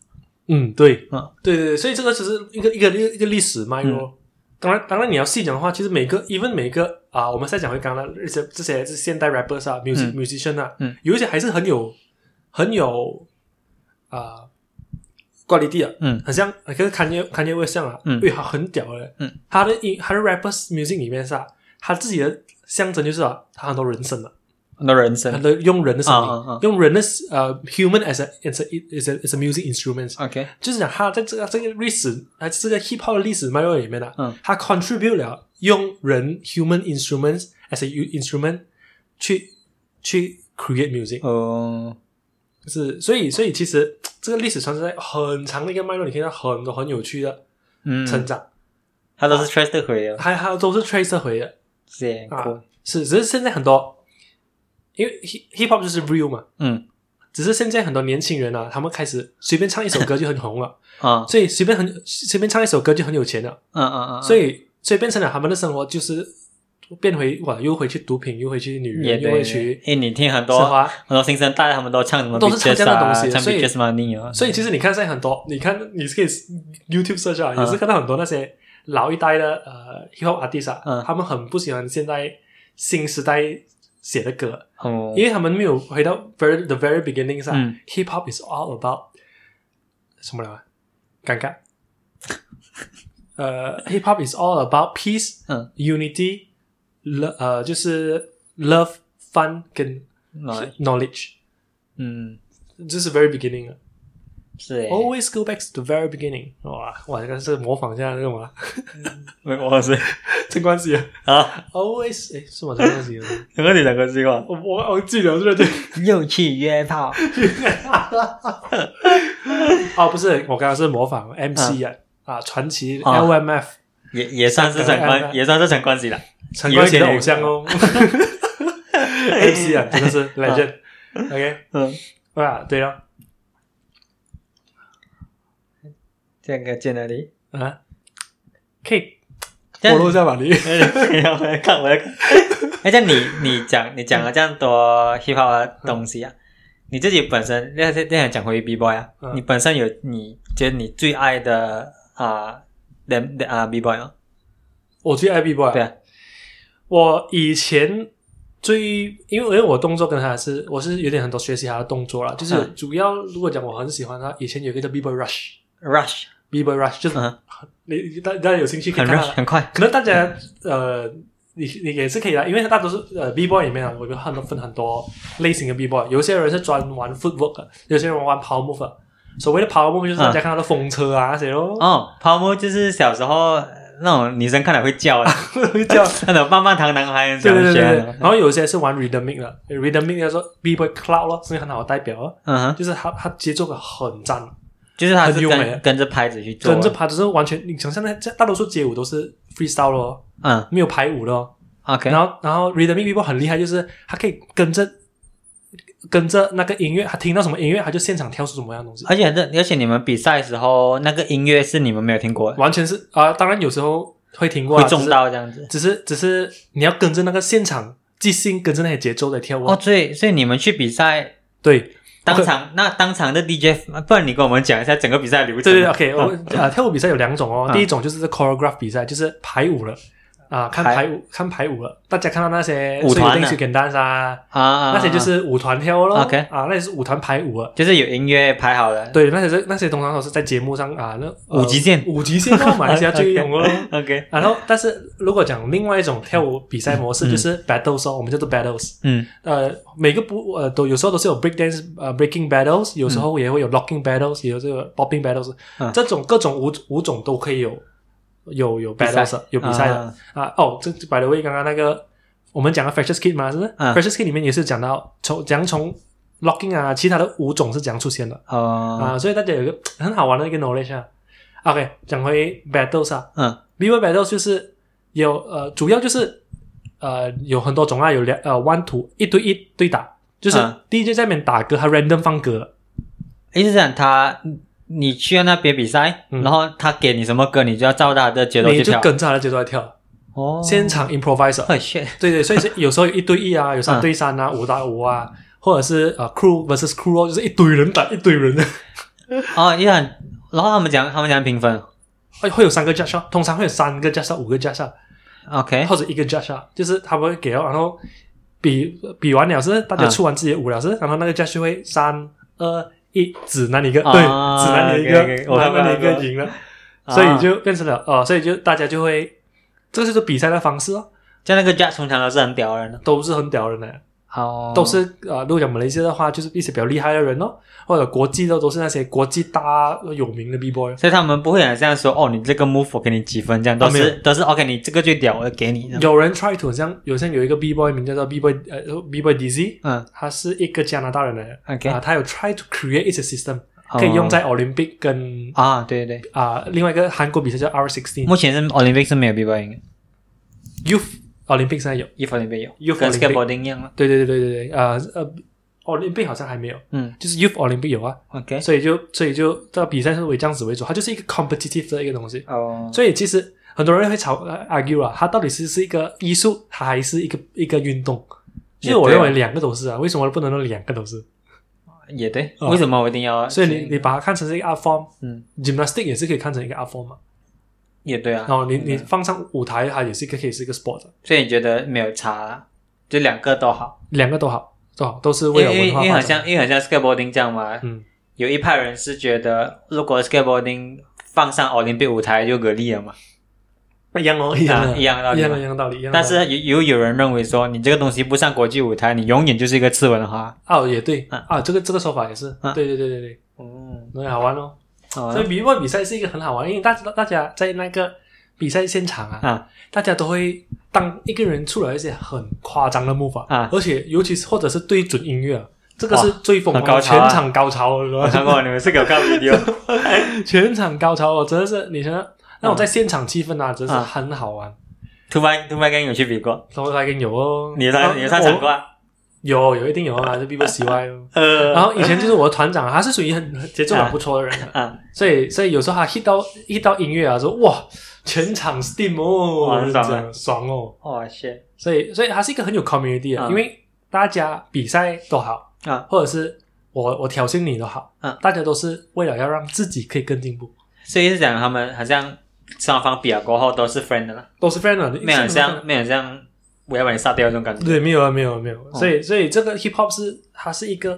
A: 嗯，对，
B: 嗯
A: 对对对，所以这个只是一个一个一个一个历史脉络。当然，当然你要细讲的话，其实每个 even 每个啊、我们再讲回刚刚的这些这些是现代 rappers 啊，music、
B: 嗯
A: musician 啊，
B: 嗯
A: 有一些还是很有很有啊挂历地啊，
B: 嗯
A: 很像跟坎耶坎耶威像啊，
B: 嗯
A: 因为他很屌的，
B: 嗯，
A: 他的音他的 rappers music 里面是啊，他自己的象征就是啊，他很多人声啊，
B: 很多人
A: 他
B: 生。
A: 的用人的声音，
B: 啊啊啊
A: 用人的呃、human as a as a as a as a music instrument，
B: OK，
A: 就是讲他在这个这个历史，还是这个 hip hop 的历史脉络里面呢，
B: 嗯，
A: 他 contribute 了用人 human instruments as a u- instrument 去去 create music，、
B: 哦、
A: 是所以所以其实这个历史传承在很长的一个脉络，你可以看到很多很有趣的成
B: 嗯，
A: 长，
B: 他都是 trace 回的，
A: 还还有都是 trace 回的，
B: 谢
A: 啊
B: 酷，
A: 是只是现在很多，因为 hip hip hop 就是 real 嘛，
B: 嗯
A: 只是现在很多年轻人啊，他们开始随便唱一首歌就很红了，
B: 啊，
A: 所以随便很随便唱一首歌就很有钱了。
B: 嗯嗯嗯，
A: 所以所以变成了他们的生活就是变回哇，又回去毒品，又回去女
B: 也
A: 人，又
B: 对
A: 回，去
B: 因为你听很
A: 奢
B: 多
A: 华。
B: 很多新生代他们都唱什么
A: 都是
B: BTS
A: 唱这样的东西
B: 啊唱
A: 所以
B: BTS Money 啊，
A: 所以其实你看现在很多，你看你是可以 YouTube search 啊，
B: 嗯
A: 也是看到很多那些老一代的呃 hip hop artist 啊，
B: 嗯
A: 他们很不喜欢现在新时代写的歌，
B: 哦，
A: 因为他们没有回到 very the very beginning 上、
B: 嗯
A: hip hop is all about 什么来着？尴尬。呃，hip hop is all about peace,
B: 嗯
A: unity, love，呃，就是 love, fun 跟
B: 哦
A: knowledge，
B: 嗯，
A: 这是 very beginning 啊。
B: 是诶，
A: Always go back to the very beginning。哇哇，这个是模仿一下那个嘛，
B: 我我是
A: 陈冠希啊。
B: 啊，
A: Always 哎，是吗？陈冠希啊。
B: 刚刚你讲过这个，
A: 我我我记得对对。
B: 又去约炮，
A: 哦，不是，我刚刚是模仿 MC 啊啊，传奇
B: 啊
A: LMF
B: 也也算是陈
A: 哎 哎
B: 冠，也算是陈冠希了，
A: 陈冠希的偶像 哦。MC 啊，
B: 哎
A: 真的是 legend。OK，
B: 嗯，
A: 啊，对了
B: 这个见了你，
A: 啊，可以
B: 这
A: 透
B: 样
A: 露一下吧你。
B: 然后我来看，我来看。 哎，这样你你讲你讲了这样多 hip hop 的东西啊，你自己本身那那样讲回 B boy 啊，
A: 嗯
B: 你本身有你觉得你最爱的啊人啊 B boy 吗？
A: 我最爱 B boy 啊
B: 对啊，
A: 我以前最，因为因为我动作跟他是，我是有点很多学习他的动作啦，就是
B: 嗯
A: 主要如果讲我很喜欢他，以前有一个叫 b i b e r Rush，b
B: rush，
A: i b e r Rush 就是
B: 嗯，
A: 你大大家有兴 趣可以
B: 很
A: 看
B: rush，
A: 看啦，
B: 很快，
A: 可能大家呃，你你也是可以啦，因为大多数呃 b boy 里面啊，我有很多分很多类型的 b boy，有些人是专玩 footwork，的有些人玩 power move，的所谓的 power move 就是大家看到的风车啊那些咯，
B: 嗯 哦，泡沫就是小时候呃那种女生看了会叫的，
A: 会 叫。
B: 那种棒棒糖男孩
A: 对
B: 想
A: 对对
B: 学
A: 对，
B: 的
A: 然，后有些是玩 rhythmic 的，rhythmic 叫做 b boy cloud 咯，是一个很好的代表哦。
B: 嗯哼，
A: 就是他他节奏感很赞，
B: 就是他是
A: 很优美
B: 跟跟着拍子去做，
A: 跟着，拍，就是完全你想象那这大多数街舞都是 freestyle 咯，
B: 嗯
A: 没有排舞的哦。
B: ，OK，
A: 然后然后 rhythmic people 很厉害，就是他可以跟着跟着那个音乐，他听到什么音乐，他就现场跳出什么样的东西，
B: 而且这而且你们比赛的时候那个音乐是你们没有听过的。
A: 完全是啊、当然有时候会听过、啊，
B: 会中到这样子。
A: 只是，只是只是你要跟着那个现场即兴，跟着那些节奏来跳舞。
B: 哦，所以所以你们去比赛
A: 对
B: 当场，那当场的 DJ，不然你跟我们讲一下整个比赛流程。
A: 对对，OK，我啊、跳舞比赛有两种哦，
B: 嗯
A: 第一种就是 choreograph 比赛，就是排舞了。啊，看
B: 排
A: 排舞，看排舞了。大家看到那些
B: 舞团啊
A: 去跟 dance 啊，
B: 啊啊，
A: 那些就是舞团跳咯。
B: OK
A: 啊，那些是舞团排舞啊。
B: 就是有音乐排好了。
A: 对，那些是那些通常都是在节目上啊，那呃
B: 五级线
A: 五级线哦，马来西亚最红哦。
B: OK，
A: 然后，但是如果讲另外一种跳舞比赛模式，
B: 嗯
A: 就是 battles 哦，我们叫做 battles。
B: 嗯
A: 呃，每个不呃都有时候都是有 break dance 呃 breaking battles，有时候也会有 locking battles，也有这个 popping battles，、
B: 嗯
A: 这种各种舞五种都可以有有有
B: 比赛
A: battles 的有比赛的啊
B: 啊
A: 哦，这 by the way 刚刚那个我们讲的 freshers kid 嘛，是不是、
B: 嗯
A: freshers kid 里面也是讲到从讲从 locking 啊，其他的五种是怎样出现的
B: 哦
A: 啊、所以大家有一个很好玩的一个 knowledge 啊。OK，讲回 battles 啊，
B: 嗯
A: b b o battle 就是有呃，主要就是呃有很多种啊，有两呃 one two 一对一对打，就是
B: 嗯
A: DJ 在那边打歌，他 random 放歌，
B: 意思是讲他你去到那边比赛，
A: 嗯
B: 然后他给你什么歌，你就要照他的节奏
A: 你
B: 去
A: 就
B: 跳。
A: 跟着他的节奏来跳，
B: 哦，Oh,
A: 现场 improvise 啊。
B: 很炫
A: 对对，所以是有时候有一对一 啊，有三对三
B: 嗯
A: 啊，五打五啊，或者是呃 crew versus crew，哦就是一堆人打一堆人，
B: 哦，意思讲，然后他们讲他们讲评分
A: 会会有三个 judge，啊通常会有三个 judge 啊五个 judge 啊。
B: ，OK，
A: 或者一个 judge 啊，就是他们会给哦，然后比比完了是大家
B: 嗯
A: 出完自己的舞了是，然后那个 judge 就会三二一指哪里一个，
B: 啊
A: 对，指哪里一个，
B: OK，OK，我
A: 哪
B: 看到
A: 哪里一个
B: 我看到
A: 赢了，
B: 啊
A: 所以就变成了哦，所以就大家就会，这就是比赛的方式哦，
B: 就那个 Jack 通常都是很屌的人哦
A: 都是很屌人的，
B: 哦，
A: 都是呃，如果讲马来西亚的话，就是一些比较厉害的人哦，或者国际的都是那些国际大有名的 b boy，
B: 所以他们不会很像说哦，你这个 move 我给你几分这样，都
A: 啊没
B: 是、都是 OK，你这个最屌，我就给你。
A: 有人 try to 像有像有一个 b boy 名叫做 b boy 呃 b boy Dizzy，
B: 嗯
A: 他是一个加拿大人来的。
B: ，OK，
A: 啊，他有 try to create 一些 system，
B: 哦
A: 可以用在 Olympic 跟
B: 啊，对对对，
A: 啊、另外一个韩国比赛叫 R sixteen
B: 目前是 Olympic 是没有 B boy 赢
A: Youth Olympic 现在有，
B: ，Youth Olympic 有，
A: Youth
B: 跟
A: Olympic
B: skateboarding 一样了。
A: 对对对对对对，呃呃，Olympic 好像还没有，
B: 嗯
A: 就是 Youth Olympic 有啊，
B: ，OK，
A: 所以就所以就到比赛是为这样子为主，它就是一个 competitive 的一个东西，
B: 哦，
A: 所以其实。很多人会吵 argue 啊，它到底是是一个艺术，它还是一个一个运动？所以我
B: 也对
A: 认
B: 啊
A: 为两个都是啊，为什么不能够两个都是？
B: 也对，
A: 啊
B: 为什么我一定要？
A: 所以你你把它看成是一个 art form，
B: 嗯，
A: gymnastic 也是可以看成一个 art form 啊嘛，
B: 也对啊。
A: 然哦后你你放上舞台，它也是一个可以是一个 sport，的
B: 所以你觉得没有差啦，就两个都好，
A: 两个都好，都好，都是
B: 因
A: 为了
B: 为
A: 文
B: 因为
A: 化
B: 因为
A: 发
B: 好
A: 展。
B: 像因为好像 skateboarding 这样嘛，
A: 嗯，
B: 有一派人是觉得如果 skateboarding 放上奥林匹克舞台就给力了嘛，
A: 一样哦，一样
B: 啊
A: 的
B: 一样的道理
A: 一样
B: 嘛
A: 的一样的道理，一样的道
B: 但
A: 理。
B: 是有有有人认为说你这个东西不上国际舞台，你永远就是一个次文化。
A: 啊，也对
B: 啊
A: 啊，这个这个说法也是，
B: 啊
A: 对对对对对，
B: 嗯，
A: 很好玩哦。
B: 好啊
A: 所以比赛比赛是一个很好玩，因为大家大家在那个比赛现场啊，
B: 啊
A: 大家都会当一个人出了一些很夸张的木法
B: 啊
A: 而且尤其是或者是对准音乐啊，这个是
B: 哇
A: 最疯狂的，
B: 很高潮啊
A: 全场高潮，我
B: 我看
A: 说
B: 过你们是有看 video，
A: 全场高潮，我真的是你觉得那种在现场气氛啊，真是
B: 啊
A: 很好玩。
B: 突然突然跟你有去比过，
A: 然后来跟有哦，
B: 你有上你有上
A: 我
B: 场过？啊？
A: 有有一定有啊，就 BBC Y 哦。
B: 呃
A: 然后以前就是我的团长，他是属于很很节奏感不错的人啊，
B: 啊，
A: 所以所以有时候他 hit 到 hit 到音乐啊，说哇，全场 steam
B: 哇
A: 哦，
B: 很爽啊
A: 这样爽哦，
B: 哇塞
A: 所以所以他是一个很有 community 啊，
B: 嗯
A: 因为大家比赛都好
B: 啊，
A: 或者是我我挑衅你都好，
B: 嗯
A: 大家都是为了要让自己可以更进步，
B: 所以是讲他们好像双方比了过后都是 friend 的啦，
A: 都是 friend 啊，
B: 没有
A: 这样。
B: 像没有像我要把你杀掉这种感觉。
A: 对，没有啊，没有啊没有啊，
B: 哦
A: 所以所以这个 hip hop 是它是一个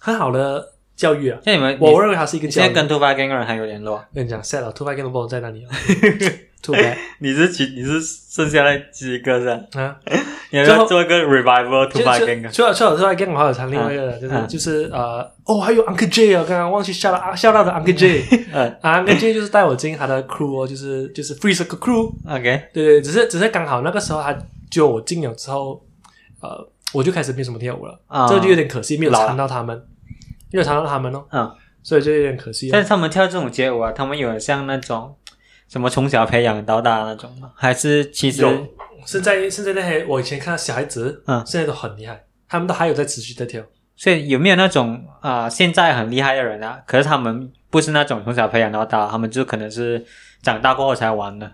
A: 很好的教育啊，
B: 像你们，你
A: 我认为它是一个
B: 你
A: 教
B: 现在
A: 育。
B: 跟突发 gang 人还有联络？
A: 跟你讲，set 了，Two Five Gang 都不知道在哪 里了啊，Two Five
B: 你是其你是剩下来几个是吧？
A: 啊，
B: 你
A: 最后
B: 要做一个 revival 突
A: 就
B: 发
A: 就
B: gang 啊
A: 除了除了 Two Five Gang，我还有唱另外一个，就是
B: 啊
A: 就是呃，哦，还有 Uncle J 啊，刚刚忘记 shout out shout out 的 Uncle J
B: 嗯
A: 啊，Uncle J 就是带我进他的 crew 哦，就是就是 Free Circle crew，
B: ，OK，
A: 对对，只是只是刚好那个时候他就我进了之后，呃，我就开始没什么跳舞了，
B: 啊
A: 这就有点可惜，没有
B: 老了
A: 缠到他们，没有缠到他们哦。
B: 嗯，
A: 所以就有点可惜哦
B: 但
A: 了。
B: 是他们跳这种街舞啊，他们有像那种什么从小培养到大那种吗？还是其实
A: 有现在现在那些我以前看到小孩子，
B: 嗯
A: 现在都很厉害，他们都还有在持续在跳。
B: 所以有没有那种啊、呃现在很厉害的人啊，可是他们不是那种从小培养到大，他们就可能是长大过后才玩的。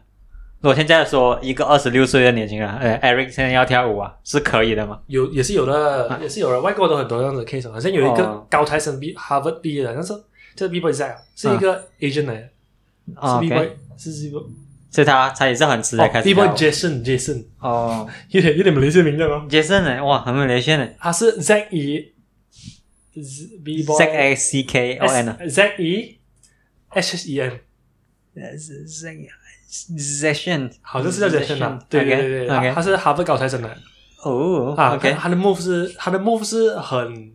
B: 如果现在说一个二十六岁的年轻人，呃，Eric 现在要跳舞啊，是可以的吗？
A: 有也是有的，
B: 啊
A: 也是有的，外国都很多这样子的 case，好像啊有一个
B: 哦
A: 高材生毕 Harvard 毕业的，但是这 B boy 在啊是一个 Asian 来的，
B: 嗯哦
A: 是 B
B: ，OK，
A: boy 是 B boy
B: 所以他他也是很迟才开始
A: 哦 B
B: 跳
A: boy
B: 舞。
A: Jason Jason
B: 哦
A: 有点有点马来西亚名这样哦，
B: ，Jason 呢？哇，很有连线呢
A: 他是 Z E B boy
B: ，Z A C K O N 啊
A: Z E H H E N，
B: ，Z Z Session，
A: 好像是叫 Jason 啊，对对对对，他
B: 嗯，OK，
A: 他是 Harvard 高材生来啊的。
B: 哦
A: 啊
B: ，OK，
A: 他的 move 是他的 move 是很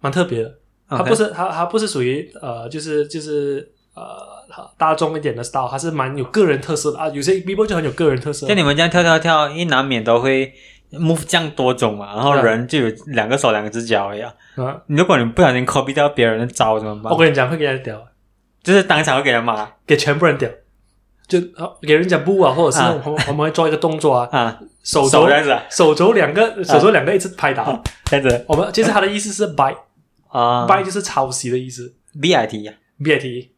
A: 蛮特别的，他
B: OK
A: 不是他他不是属于呃就是就是呃大众一点的 style，他是蛮有个人特色的啊。有些 b b o 就很有个人特色
B: 像，你们这样跳跳跳，一难免都会 move 这样多种嘛，然后
A: 对啊
B: 人就有两个手两只脚一样。
A: 啊，
B: 如果你不小心 copy 掉别人的招怎么办
A: 哦我？跟你讲会给人屌，
B: 就是当场会给人骂
A: 给全部人屌。就啊给人家不啊，或者是
B: 啊
A: 我们我们会做一个动作 啊，
B: 啊，
A: 手
B: 手
A: 肘
B: 这样子啊，
A: 手肘两个手肘两个一直拍打
B: 啊。这样子
A: 我们其实他的意思是 bite
B: 啊
A: bite 就是抄袭的意思
B: B I T 呀，
A: ，B I T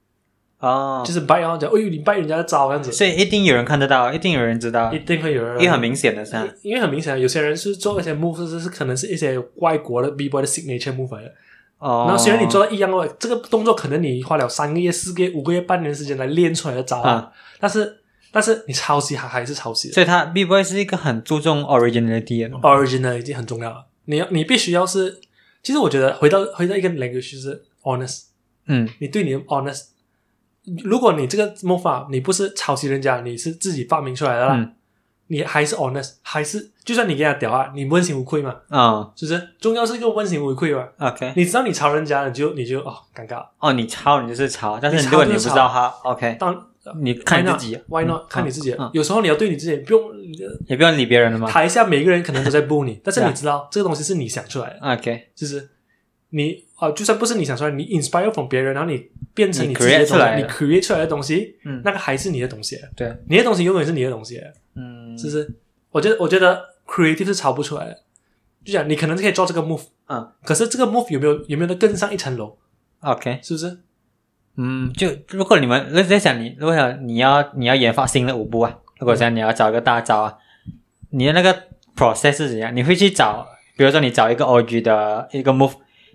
B: 哦
A: 就，是 bite 然后讲，哎呦你 bite 人家的招这样子，
B: 所以一定有人看得到，一定有人知道
A: 一，定会有人
B: 因为很明显的是啊，
A: 因因为很明显，有些人是做一些 move，是是可能是一些外国的 b boy 的 signature move 来的。
B: 哦，
A: 然后虽然你做到一样的，这个动作可能你花了三个月、四个月、五个月、半年时间来练出来的招，
B: 啊，
A: 但是但是你抄袭还还是抄袭的
B: 所以他 B boy 是一个很注重 originality
A: 哦
B: 的，
A: ，original 已经很重要了。你要你必须要是，其实我觉得回到回到一个 language 就是 honest，
B: 嗯
A: 你对你的 honest。如果你这个 move 啊，你不是抄袭人家，你是自己发明出来的啦，
B: 嗯
A: 你还是 honest，还是就算你给他屌啊，你问心无愧嘛。
B: 哦
A: 是不是？重要是一个问心无愧吧。
B: ，OK，
A: 你知道你抄人家，你就你就哦尴尬。
B: 哦，你抄你就是抄，但
A: 你
B: 是
A: 抄
B: 如果你
A: 就
B: 不
A: 是
B: 知
A: 抄
B: 道他，OK，
A: 当
B: 你看你自己
A: Why not？
B: 嗯
A: 看你自己
B: 嗯。
A: 有时候你要对你自己，不用
B: 也不用理别人了吗
A: 台下每个人可能都在 boo 你，但是
B: Yeah
A: 你知道这个东西是你想出来的，
B: ？OK，
A: 就是你啊，就算不是你想出来，你 inspire from 别人，然后你变成
B: 你
A: 自己的
B: create 出
A: 东
B: 来
A: 西，
B: 的
A: 你 create 出来的东西，
B: 嗯
A: 那个还是你的东西，
B: 对，
A: 你的东西永远是你的东西，
B: 嗯，
A: 是不是？我觉得我觉得 creative 是抄不出来的，就讲你可能是可以做这个 move，
B: 嗯
A: 可是这个 move 有没有有没有能更上一层楼？
B: ，OK，
A: 是不是？
B: 嗯，就如果你们那在想你，如果想你要你要研发新的舞步啊，如果想你要找一个大招啊，你的那个 process 是怎样？你会去找，比如说你找一个 OG 的一个 move，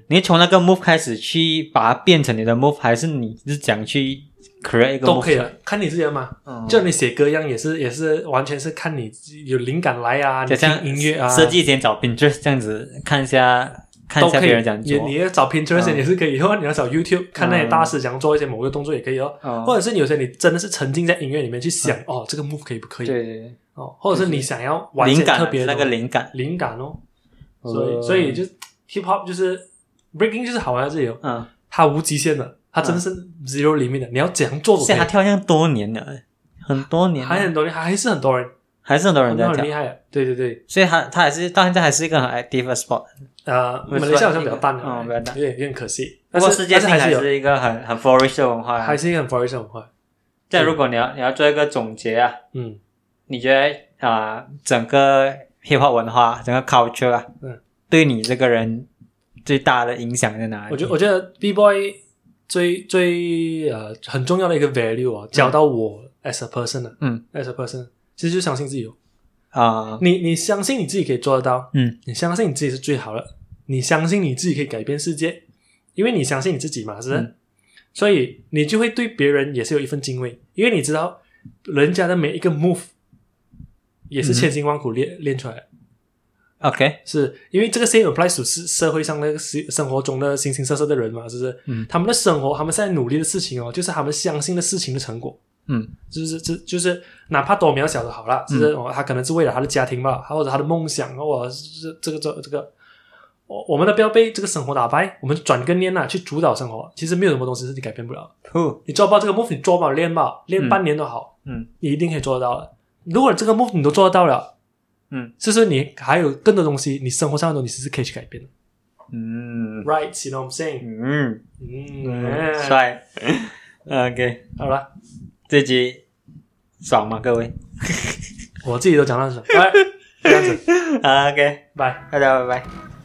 B: 你从那个 move 开始去把它变成你的 move，还是你是讲去 create 一个 move
A: 都可以啊了，看你自己的嘛。
B: 嗯，
A: 就你写歌样也是也是完全是看你有灵感来啊，你
B: 就像
A: 听音乐啊，
B: 设计先找 Pinterest 这样子看一下，看一
A: 都
B: 下
A: 可
B: 别
A: 以
B: 人讲。
A: 你
B: 做。
A: 你要找 Pinterest
B: 嗯
A: 也是可以，或者你要找 YouTube 看那些
B: 嗯
A: 大师怎样做一些某个动作也可以哦。
B: 哦
A: 或者是你有些你真的是沉浸在音乐里面去想，哦，这个 move 可以不可以？
B: 嗯对对
A: 哦，或者是你想要
B: 对，
A: 玩一些
B: 灵感
A: 特
B: 啊
A: 别的
B: 那个
A: 东西
B: 灵呃感，
A: 灵感哦。所以所以就 hip hop 就是 breaking 就是好玩在这里哦，
B: 嗯，
A: 它无极限的，它真的是 zero 里面的，你要怎样做都可
B: 现嗯在
A: 以。
B: 他跳这样多年了，很多年了，
A: 还很多人，还是很多人，
B: 还是很多人
A: 很多
B: 在
A: 人
B: 跳
A: 厉，害的。对对对，
B: 所以他他还是到现在还是一个很 active 的 sport，
A: 呃，马
B: 没错
A: 来西亚好像比较淡
B: 嗯比较淡
A: 有点有点可惜。
B: 不
A: 但
B: 过
A: 是
B: 世界性
A: 但是还
B: 还
A: 是有，
B: 是一个很很 flourish 的文化啊
A: 还。是一个很 f o r e i g n 文化。
B: 但如果你要你要做一个总结啊，
A: 嗯，
B: 你觉得啊、整个 hip hop 文化，整个 culture 啊，
A: 嗯，
B: 对你这个人最大的影响在哪里？
A: 我觉得我觉得 B boy 最最呃很重要的一个 value 啊，教到我 as a person 啊，
B: 嗯
A: ，as a person，其实就相信自己哦。
B: 啊，
A: 你你相信你自己可以做得到，
B: 嗯，
A: 你相信你自己是最好的，你相信你自己可以改变世界，因为你相信你自己嘛，是不是？
B: 嗯
A: 所以你就会对别人也是有一份敬畏，因为你知道人家的每一个 move 也是
B: 嗯
A: 千辛万苦练、练出来的，
B: OK，
A: 是因为这个 same applies to 社社会上那个生生活中的形形色色的人嘛，是不是？
B: 嗯
A: 他们的生活，他们现在努力的事情哦，就是他们相信的事情的成果。
B: 嗯
A: 就是这就是哪怕多渺小的好啦，就是、哦，他可能是为了他的家庭吧，或者他的梦想，或者是这个这这个，我我们都不要被这个生活打败，我们转个念呐、去主导生活。其实没有什么东西是你改变不了的，
B: ，Who，
A: 你做不到这个 move，你做不了练吧，练
B: 嗯
A: 半年都好，
B: 嗯，
A: 你一定可以做得到的。如果这个 move 你都做得到了，
B: 嗯，
A: 是不是你还有更多东西，你生活上的东西是可以去改变的
B: 嗯
A: ？Right，you know what I'm saying？
B: 嗯，
A: 嗯，
B: 嗯帅 ，OK，
A: 好了，
B: 这集爽吗？各位
A: 我自己都讲到这，来，这样子，
B: 啊，OK，
A: 拜。
B: 大家拜拜。